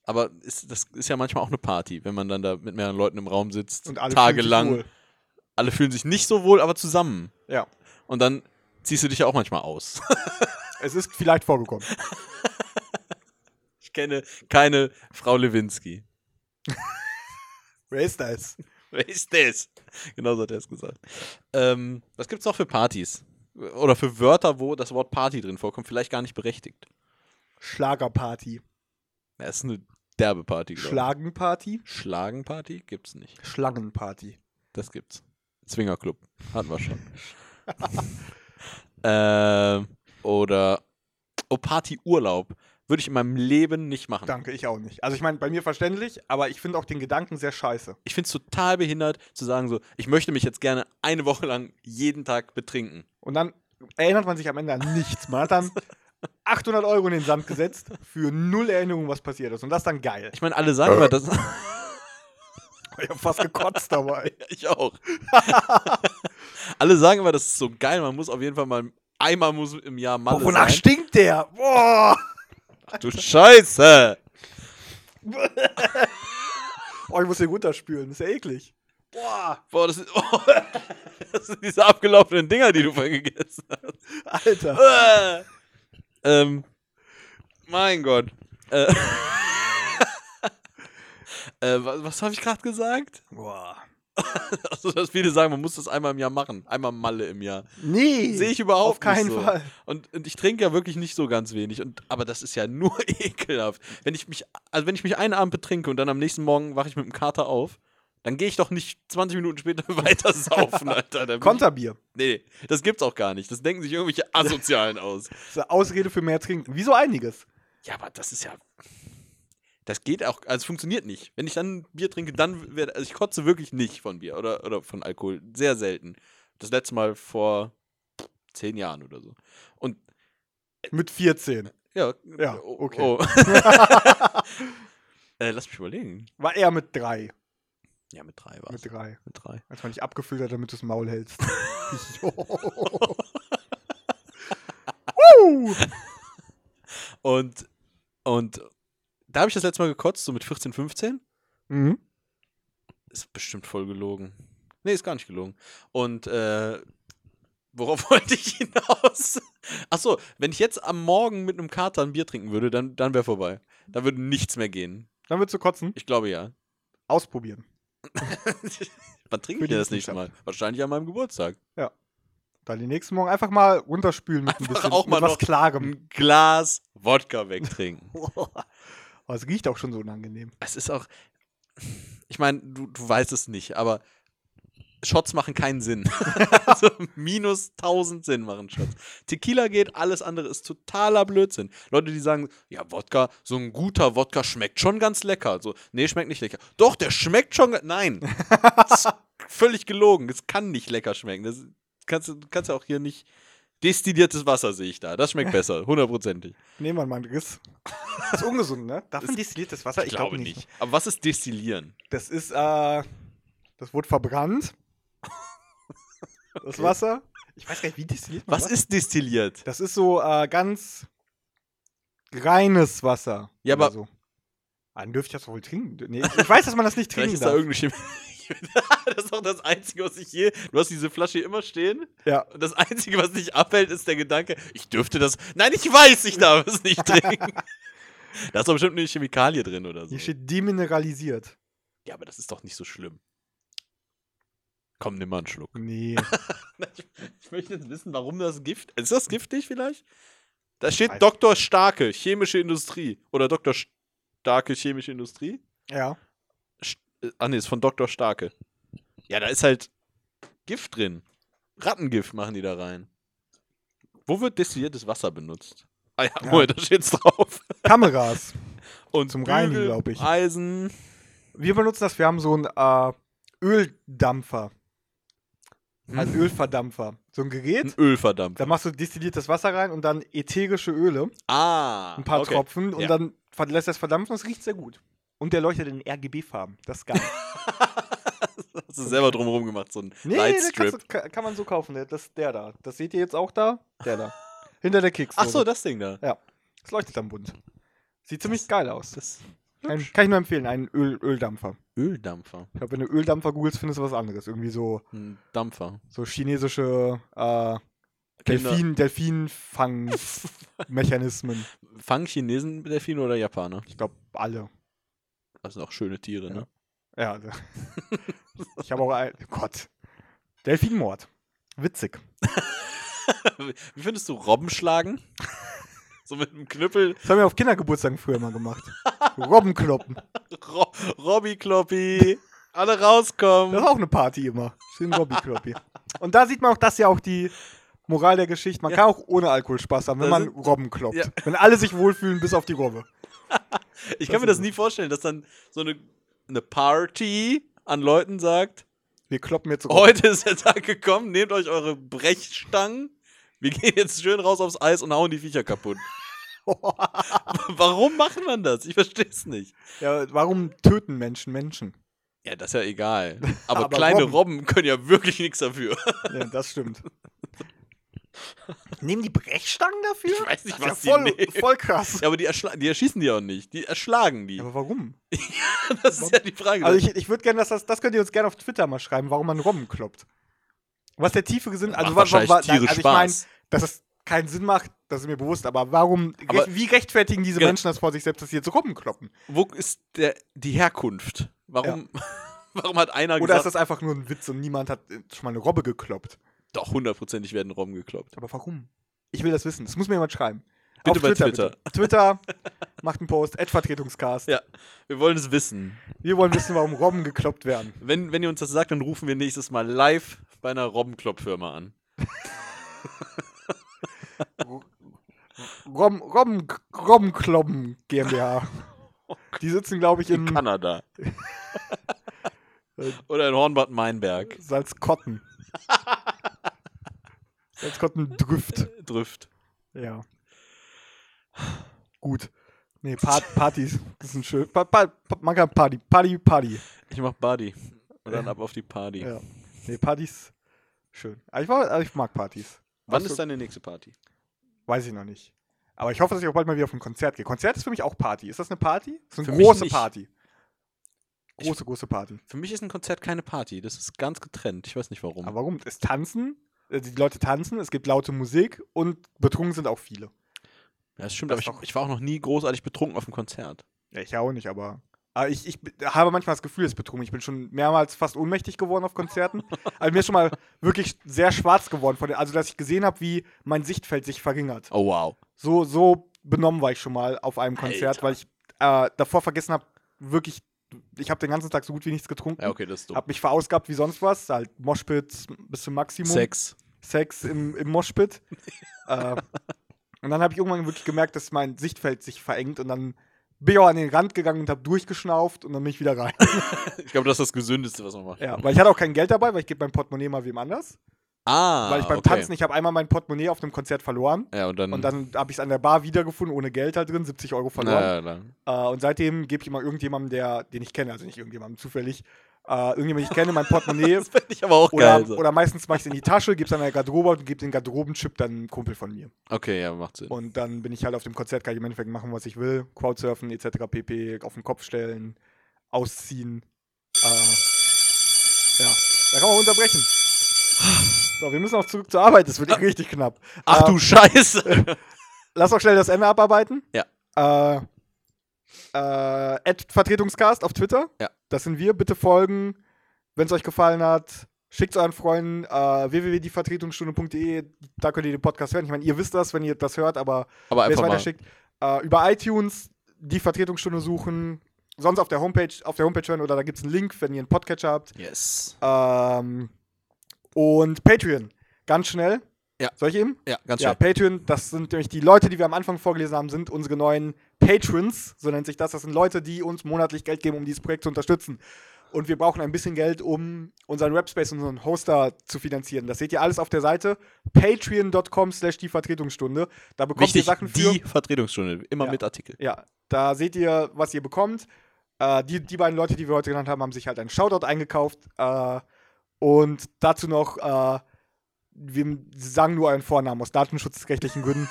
Speaker 2: Aber ist, das ist ja manchmal auch eine Party, wenn man dann da mit mehreren Leuten im Raum sitzt,
Speaker 1: Und alle
Speaker 2: tagelang.
Speaker 1: fühlen sich wohl.
Speaker 2: Alle fühlen sich nicht so wohl, aber zusammen.
Speaker 1: Ja.
Speaker 2: Und dann ziehst du dich ja auch manchmal aus.
Speaker 1: Es ist vielleicht vorgekommen.
Speaker 2: Ich kenne keine Frau Lewinsky.
Speaker 1: Wer ist das?
Speaker 2: Wer ist das? Genau so hat er es gesagt. Ähm, was gibt es noch für Partys? Oder für Wörter, wo das Wort Party drin vorkommt, vielleicht gar nicht berechtigt.
Speaker 1: Schlagerparty.
Speaker 2: Ja, Es ist eine derbe Party, glaub ich.
Speaker 1: Schlagenparty?
Speaker 2: Schlagenparty gibt's nicht.
Speaker 1: Schlangenparty.
Speaker 2: Das gibt's. Zwingerclub. Hatten wir schon. ähm, oder oh, Partyurlaub. Würde ich in meinem Leben nicht machen.
Speaker 1: Danke, ich auch nicht. Also ich meine, bei mir verständlich, aber ich finde auch den Gedanken sehr scheiße.
Speaker 2: Ich finde es total behindert, zu sagen so, ich möchte mich jetzt gerne eine Woche lang jeden Tag betrinken.
Speaker 1: Und dann erinnert man sich am Ende an nichts. Man hat dann 800 Euro in den Sand gesetzt für null Erinnerung, was passiert ist. Und das ist dann geil.
Speaker 2: Ich meine, alle sagen immer, das.
Speaker 1: Ich habe fast gekotzt dabei.
Speaker 2: ich auch. alle sagen immer, das ist so geil. Man muss auf jeden Fall mal einmal muss im Jahr Malle
Speaker 1: Boah, wonach
Speaker 2: sein.
Speaker 1: stinkt der? Boah!
Speaker 2: Ach du Scheiße!
Speaker 1: Oh, ich muss den runterspülen, ist ja eklig. Boah,
Speaker 2: Boah, das, ist, das sind diese abgelaufenen Dinger, die du vorhin gegessen
Speaker 1: Alter.
Speaker 2: hast. ähm, mein Gott. Äh, äh, was was habe ich gerade gesagt?
Speaker 1: Boah.
Speaker 2: Also, dass viele sagen, man muss das einmal im Jahr machen. Einmal Malle im Jahr.
Speaker 1: Nee.
Speaker 2: Sehe ich überhaupt
Speaker 1: Auf keinen
Speaker 2: nicht so.
Speaker 1: Fall.
Speaker 2: Und, und ich trinke ja wirklich nicht so ganz wenig. Und, aber das ist ja nur ekelhaft. Wenn ich mich, also wenn ich mich einen Abend betrinke und dann am nächsten Morgen wache ich mit dem Kater auf, dann gehe ich doch nicht 20 Minuten später weiter saufen, Alter. Da bin
Speaker 1: Konterbier.
Speaker 2: ich, nee, das gibt's auch gar nicht. Das denken sich irgendwelche Asozialen aus.
Speaker 1: Das ist eine Ausrede für mehr Trinken. Wieso einiges?
Speaker 2: Ja, aber das ist ja. Das geht auch, also es funktioniert nicht. Wenn ich dann Bier trinke, dann werde also ich kotze wirklich nicht von Bier oder, oder von Alkohol. Sehr selten. Das letzte Mal vor zehn Jahren oder so. Und
Speaker 1: Mit 14.
Speaker 2: Ja,
Speaker 1: Ja,
Speaker 2: oh,
Speaker 1: okay.
Speaker 2: Oh. äh, lass mich überlegen.
Speaker 1: War er mit drei.
Speaker 2: Ja, mit drei war
Speaker 1: Mit
Speaker 2: es.
Speaker 1: drei.
Speaker 2: Mit drei.
Speaker 1: Als man dich abgefüllt hat, damit du das Maul hältst. Jo. Wuh.
Speaker 2: Und, und da habe ich das letzte Mal gekotzt, so mit 14, 15.
Speaker 1: mhm.
Speaker 2: Ist bestimmt voll gelogen. Nee, ist gar nicht gelogen. Und äh, worauf wollte ich hinaus? Achso, wenn ich jetzt am Morgen mit einem Kater ein Bier trinken würde, dann, dann wäre vorbei. Dann würde nichts mehr gehen.
Speaker 1: Dann würdest du kotzen.
Speaker 2: Ich glaube ja.
Speaker 1: Ausprobieren.
Speaker 2: Wann trinke
Speaker 1: Für
Speaker 2: ich denn
Speaker 1: die
Speaker 2: das nächste Mal?
Speaker 1: Wissenschaft.
Speaker 2: Wahrscheinlich an meinem Geburtstag.
Speaker 1: Dann den nächsten Morgen einfach mal runterspülen mit ein
Speaker 2: Einfach
Speaker 1: bisschen.
Speaker 2: auch mal
Speaker 1: mit was
Speaker 2: noch Mhm.
Speaker 1: Klarem.
Speaker 2: Ein Glas Wodka wegtrinken.
Speaker 1: Boah, Oh, es riecht auch schon so unangenehm.
Speaker 2: es ist auch, ich meine, du, du weißt es nicht, aber Shots machen keinen Sinn. also minus 1000 Sinn machen Shots. Tequila geht, alles andere ist totaler Blödsinn. Leute, die sagen, ja, Wodka, so ein guter Wodka schmeckt schon ganz lecker. So, nee, schmeckt nicht lecker. Doch, der schmeckt schon. ge- Nein. Das ist völlig gelogen. Das kann nicht lecker schmecken. Das kannst du kannst ja auch hier nicht. Destilliertes Wasser sehe ich da. Das schmeckt besser, hundertprozentig.
Speaker 1: Nehmen wir mal einen Riss. Ist ungesund, ne? Darf man destilliertes Wasser?
Speaker 2: Ich glaube nicht. Aber was ist Destillieren?
Speaker 1: Das ist, äh, das wurde verbrannt. Das Wasser. Ich weiß gar nicht, wie destilliert
Speaker 2: Was ist destilliert?
Speaker 1: Das ist so äh, ganz reines Wasser.
Speaker 2: Ja,
Speaker 1: oder
Speaker 2: aber-
Speaker 1: So. Ah, dann dürfte ich das wohl trinken. Nee, ich weiß, dass man das nicht
Speaker 2: Vielleicht
Speaker 1: trinken
Speaker 2: ist da
Speaker 1: darf.
Speaker 2: irgendeine Chemie. das ist doch das Einzige, was ich je. Du hast diese Flasche hier immer stehen.
Speaker 1: Ja.
Speaker 2: Und das Einzige, was dich abhält, ist der Gedanke, ich dürfte das. Nein, ich weiß, ich darf es nicht trinken. da ist doch bestimmt eine Chemikalie drin oder so.
Speaker 1: Hier steht demineralisiert.
Speaker 2: Ja, aber das ist doch nicht so schlimm. Komm, nimm mal einen Schluck.
Speaker 1: Nee.
Speaker 2: Ich möchte jetzt wissen, warum das Gift. Ist das giftig vielleicht? Da steht
Speaker 1: Weiß-
Speaker 2: Dr. Starke, chemische Industrie. Oder Dr. Starke, chemische Industrie?
Speaker 1: ja.
Speaker 2: St- äh, Ah, nee, ist von Dr. Starke. Ja, da ist halt Gift drin. Rattengift machen die da rein. Wo wird destilliertes Wasser benutzt? Ah ja,
Speaker 1: Ja.
Speaker 2: ja. da steht's drauf.
Speaker 1: Kameras.
Speaker 2: Und
Speaker 1: Zum Reinigen, glaub ich.
Speaker 2: Eisen.
Speaker 1: Wir benutzen das, wir haben so einen äh, Öldampfer.
Speaker 2: Hm.
Speaker 1: Also Ölverdampfer. So ein Gerät.
Speaker 2: Ein Ölverdampfer.
Speaker 1: Da machst du destilliertes Wasser rein und dann ätherische Öle.
Speaker 2: Ah.
Speaker 1: Ein paar
Speaker 2: okay.
Speaker 1: Tropfen. Und
Speaker 2: Ja.
Speaker 1: dann ver- lässt das verdampfen und es riecht sehr gut. Und der leuchtet in RGB-Farben. Das ist geil.
Speaker 2: Hast du selber drumherum gemacht, so ein
Speaker 1: das
Speaker 2: Lightstrip.
Speaker 1: kannst du, ka- kann man so kaufen. Der- Das ist der da. Das seht ihr jetzt auch da? Der da. Hinter der Keks.
Speaker 2: Ach so, das Ding da.
Speaker 1: das leuchtet dann bunt. Sieht ziemlich geil aus.
Speaker 2: Das
Speaker 1: Ein, kann ich nur empfehlen, einen Öl Öldampfer.
Speaker 2: Öldampfer.
Speaker 1: Ich glaube, wenn du Öldampfer googelst, findest du was anderes. Irgendwie so,
Speaker 2: Ein Dampfer.
Speaker 1: so chinesische äh,
Speaker 2: Kinder-
Speaker 1: Delfin, Delfinfangmechanismen.
Speaker 2: Fangen Chinesen Delfine oder Japaner?
Speaker 1: Ich glaube, alle.
Speaker 2: Das sind auch schöne Tiere, ne?
Speaker 1: Ja. also- Ich habe auch ein. oh Gott. Delfinmord. Witzig.
Speaker 2: Wie findest du Robben schlagen? so mit einem Knüppel.
Speaker 1: Das haben wir auf Kindergeburtstagen früher mal gemacht. Robbenkloppen.
Speaker 2: Ro Robby Kloppi. Alle rauskommen.
Speaker 1: Das ist auch eine Party immer. Schön Robby-Kloppi. Und da sieht man auch, das ist ja auch die Moral der Geschichte. Man
Speaker 2: Ja.
Speaker 1: kann auch ohne Alkohol Spaß haben, wenn
Speaker 2: Da
Speaker 1: man Robben kloppt.
Speaker 2: Ja.
Speaker 1: Wenn alle sich wohlfühlen, bis auf die Robbe. das
Speaker 2: Ich kann mir das
Speaker 1: ist-
Speaker 2: nie vorstellen, dass dann so eine, eine Party an Leuten sagt:
Speaker 1: Wir kloppen jetzt Robben.
Speaker 2: Heute ist der Tag gekommen, nehmt euch eure Brechstangen. Wir gehen jetzt schön raus aufs Eis und hauen die Viecher kaputt. Warum macht man das? Ich verstehe es nicht.
Speaker 1: Ja, warum töten Menschen Menschen?
Speaker 2: Ja, das ist ja egal. Aber,
Speaker 1: Aber
Speaker 2: kleine
Speaker 1: Robben.
Speaker 2: Robben. können ja wirklich nichts dafür.
Speaker 1: Ja, das stimmt. Nehmen die Brechstangen dafür?
Speaker 2: Ich weiß nicht,
Speaker 1: Das
Speaker 2: was
Speaker 1: ist ja voll,
Speaker 2: die nehmen.
Speaker 1: voll krass.
Speaker 2: Ja, aber die, erschla die erschießen die auch nicht. Die erschlagen die.
Speaker 1: Aber warum?
Speaker 2: Das ist ja die Frage.
Speaker 1: Also ich, ich würde gerne, dass das, das könnt ihr uns gerne auf Twitter mal schreiben, warum man Robben kloppt. Was der tiefe Sinn, also was,
Speaker 2: Macht
Speaker 1: was,
Speaker 2: wahrscheinlich
Speaker 1: was, nein,
Speaker 2: tierisch
Speaker 1: also ich meine,
Speaker 2: Spaß.
Speaker 1: dass es keinen Sinn macht, das ist mir bewusst, aber warum,
Speaker 2: Aber-
Speaker 1: rech- wie rechtfertigen diese
Speaker 2: Genau.
Speaker 1: Menschen das vor sich selbst, dass sie jetzt Robben kloppen?
Speaker 2: Wo ist der, die Herkunft? Warum, warum hat einer
Speaker 1: Oder ist
Speaker 2: gesagt,
Speaker 1: das einfach nur ein Witz und niemand hat äh, schon mal eine Robbe gekloppt?
Speaker 2: doch hundertprozentig werden Robben gekloppt?
Speaker 1: Aber warum? Ich will das wissen, das muss mir jemand schreiben.
Speaker 2: Bitte bei Twitter.
Speaker 1: bitte. Twitter macht einen Post, Vertretungscast.
Speaker 2: Ja. Wir wollen es wissen.
Speaker 1: Wir wollen wissen, warum Robben gekloppt werden.
Speaker 2: Wenn, wenn ihr uns das sagt, dann rufen wir nächstes Mal live bei einer Robbenklopp-Firma an.
Speaker 1: Robben, Robben, Robbenkloppen GmbH. Die sitzen, glaube ich,
Speaker 2: In
Speaker 1: in
Speaker 2: Kanada.
Speaker 1: Äh,
Speaker 2: Oder in Hornbad Meinberg.
Speaker 1: Salzkotten. Salzkotten drüft.
Speaker 2: Drift.
Speaker 1: Ja. Gut. Nee, Part Partys. Das sind schön. Pa pa pa man kann Party. Party, Party.
Speaker 2: Ich mach Buddy. Und dann ab auf die Party.
Speaker 1: Ja. Nee, Partys. Schön. Aber ich, war, aber ich mag Partys.
Speaker 2: Wann
Speaker 1: Hast
Speaker 2: ist
Speaker 1: du-
Speaker 2: deine nächste Party?
Speaker 1: Weiß ich noch nicht. Aber ich hoffe, dass ich auch bald mal wieder auf ein Konzert gehe. Konzert ist für mich auch Party. Ist das eine Party? Das ist
Speaker 2: Für
Speaker 1: eine
Speaker 2: mich
Speaker 1: große
Speaker 2: nicht.
Speaker 1: Party.
Speaker 2: Ich-
Speaker 1: Große, große Party.
Speaker 2: Für mich ist ein Konzert keine Party. Das ist ganz getrennt. Ich weiß nicht warum.
Speaker 1: Aber warum? Es tanzen, äh, die Leute tanzen, es gibt laute Musik und betrunken sind auch viele.
Speaker 2: ja, das stimmt,
Speaker 1: das
Speaker 2: aber ich,
Speaker 1: doch-
Speaker 2: ich war auch noch nie großartig betrunken auf einem Konzert.
Speaker 1: Ja, ich auch nicht, aber. aber ich, ich b- habe manchmal das Gefühl, es ist betrunken. Ich bin schon mehrmals fast ohnmächtig geworden auf Konzerten. also mir ist schon mal wirklich sehr schwarz geworden. Von der, also, dass ich gesehen habe, wie mein Sichtfeld sich verringert.
Speaker 2: Oh wow.
Speaker 1: So, so benommen war ich schon mal auf einem Konzert,
Speaker 2: Alter.
Speaker 1: weil ich äh, davor vergessen habe, wirklich ich habe den ganzen Tag so gut wie nichts getrunken.
Speaker 2: Ja, okay, das ist dumm.
Speaker 1: Hab mich verausgabt wie sonst was, halt Moshpit bis zum Maximum.
Speaker 2: Sex.
Speaker 1: Sex im, im Moshpit. äh, und dann habe ich irgendwann wirklich gemerkt, dass mein Sichtfeld sich verengt und dann bin ich auch an den Rand gegangen und habe durchgeschnauft und dann bin ich wieder rein.
Speaker 2: Ich glaube, das ist das Gesündeste, was man macht.
Speaker 1: ja, weil ich hatte auch kein Geld dabei, weil ich gebe mein Portemonnaie mal wem anders.
Speaker 2: Ah,
Speaker 1: weil ich beim
Speaker 2: okay. Mhm.
Speaker 1: Tanzen, ich habe einmal mein Portemonnaie auf einem Konzert verloren
Speaker 2: Ja, und dann.
Speaker 1: und dann habe ich es an der Bar wiedergefunden, ohne Geld halt drin, 70 Euro verloren.
Speaker 2: Na, ja, dann.
Speaker 1: Äh, und seitdem gebe ich immer irgendjemandem, der, den ich kenne, also nicht irgendjemandem zufällig, äh, irgendjemandem, den ich kenne, mein Portemonnaie.
Speaker 2: Das finde ich aber auch
Speaker 1: oder,
Speaker 2: geil. So.
Speaker 1: oder meistens mache ich es in die Tasche, gebe es an der Garderobe und gebe den Garderobenchip dann einem Kumpel von mir.
Speaker 2: okay, ja, macht Sinn.
Speaker 1: Und dann bin ich halt auf dem Konzert, kann ich im Endeffekt machen, was ich will. Crowdsurfen, etc. pp. Auf den Kopf stellen, ausziehen. Äh, ja, da kann man unterbrechen. So, wir müssen auch zurück zur Arbeit, das wird eh richtig knapp.
Speaker 2: Ach
Speaker 1: äh,
Speaker 2: du Scheiße!
Speaker 1: Lass auch schnell das Ende abarbeiten.
Speaker 2: Ja.
Speaker 1: Äh, äh, at Vertretungscast auf Twitter.
Speaker 2: Ja.
Speaker 1: Das sind wir. Bitte folgen, wenn es euch gefallen hat. Schickt euren Freunden äh, www.dievertretungsstunde.de. Da könnt ihr den Podcast hören. Ich meine, ihr wisst das, wenn ihr das hört, aber
Speaker 2: aber
Speaker 1: wer es
Speaker 2: einfach mal.
Speaker 1: weiterschickt. Äh, über iTunes die Vertretungsstunde suchen. Sonst auf der Homepage, auf der Homepage hören oder da gibt es einen Link, wenn ihr einen Podcatcher habt.
Speaker 2: Yes.
Speaker 1: Ähm, und Patreon. Ganz schnell.
Speaker 2: Ja.
Speaker 1: Soll ich eben?
Speaker 2: Ja, ganz
Speaker 1: ja,
Speaker 2: schön.
Speaker 1: Patreon, das sind nämlich die Leute, die wir am Anfang vorgelesen haben, sind unsere neuen Patrons, so nennt sich das. Das sind Leute, die uns monatlich Geld geben, um dieses Projekt zu unterstützen. Und wir brauchen ein bisschen Geld, um unseren Webspace, unseren Hoster zu finanzieren. Das seht ihr alles auf der Seite patreon.com slash die Vertretungsstunde. Da bekommt ihr
Speaker 2: Wichtig,
Speaker 1: Sachen für.
Speaker 2: die Vertretungsstunde. Immer
Speaker 1: Ja.
Speaker 2: mit Artikel.
Speaker 1: Ja, da seht ihr, was ihr bekommt. Äh, die, die beiden Leute, die wir heute genannt haben, haben sich halt einen Shoutout eingekauft. Äh, und dazu noch, äh, wir sagen nur euren Vornamen aus datenschutzrechtlichen Gründen.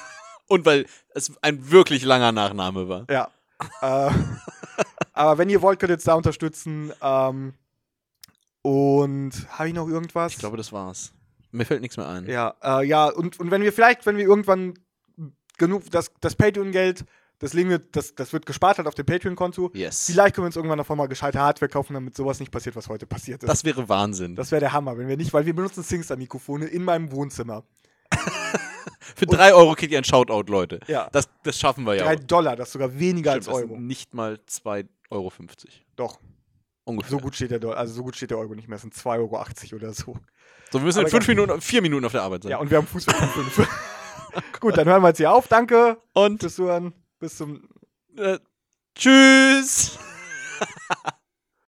Speaker 2: Und weil es ein wirklich langer Nachname war.
Speaker 1: Ja. äh, aber wenn ihr wollt, könnt ihr uns da unterstützen. Ähm, und habe ich noch irgendwas?
Speaker 2: Ich glaube, das war's. Mir fällt nichts mehr ein.
Speaker 1: Ja, äh, ja und, und wenn wir vielleicht, wenn wir irgendwann genug, das, das Patreon-Geld, das legen wir, das, das wird gespart halt auf dem Patreon-Konto.
Speaker 2: Yes.
Speaker 1: Vielleicht können wir uns irgendwann davon mal gescheite Hardware kaufen, damit sowas nicht passiert, was heute passiert ist.
Speaker 2: Das wäre Wahnsinn.
Speaker 1: das wäre der Hammer, wenn wir nicht, weil wir benutzen Singstar-Mikrofone in meinem Wohnzimmer.
Speaker 2: Für 3 Euro kriegt ihr ein Shoutout, Leute.
Speaker 1: Ja.
Speaker 2: Das, das schaffen wir ja.
Speaker 1: Drei
Speaker 2: auch.
Speaker 1: Dollar, das ist sogar weniger
Speaker 2: Stimmt, das
Speaker 1: als
Speaker 2: sind
Speaker 1: Euro.
Speaker 2: Nicht mal 2,50 Euro.
Speaker 1: Doch,
Speaker 2: Ungefähr.
Speaker 1: so gut steht der Dollar, also so gut steht der Euro nicht mehr. Es sind 2,80 Euro oder so.
Speaker 2: So, wir müssen in
Speaker 1: Aber
Speaker 2: 5 Minuten, 4 Minuten auf der Arbeit sein.
Speaker 1: Ja, und wir haben Fußball 5. Gut, dann hören wir jetzt hier auf. Danke
Speaker 2: und
Speaker 1: fürs Zuhören. Bis zum
Speaker 2: äh, tschüss!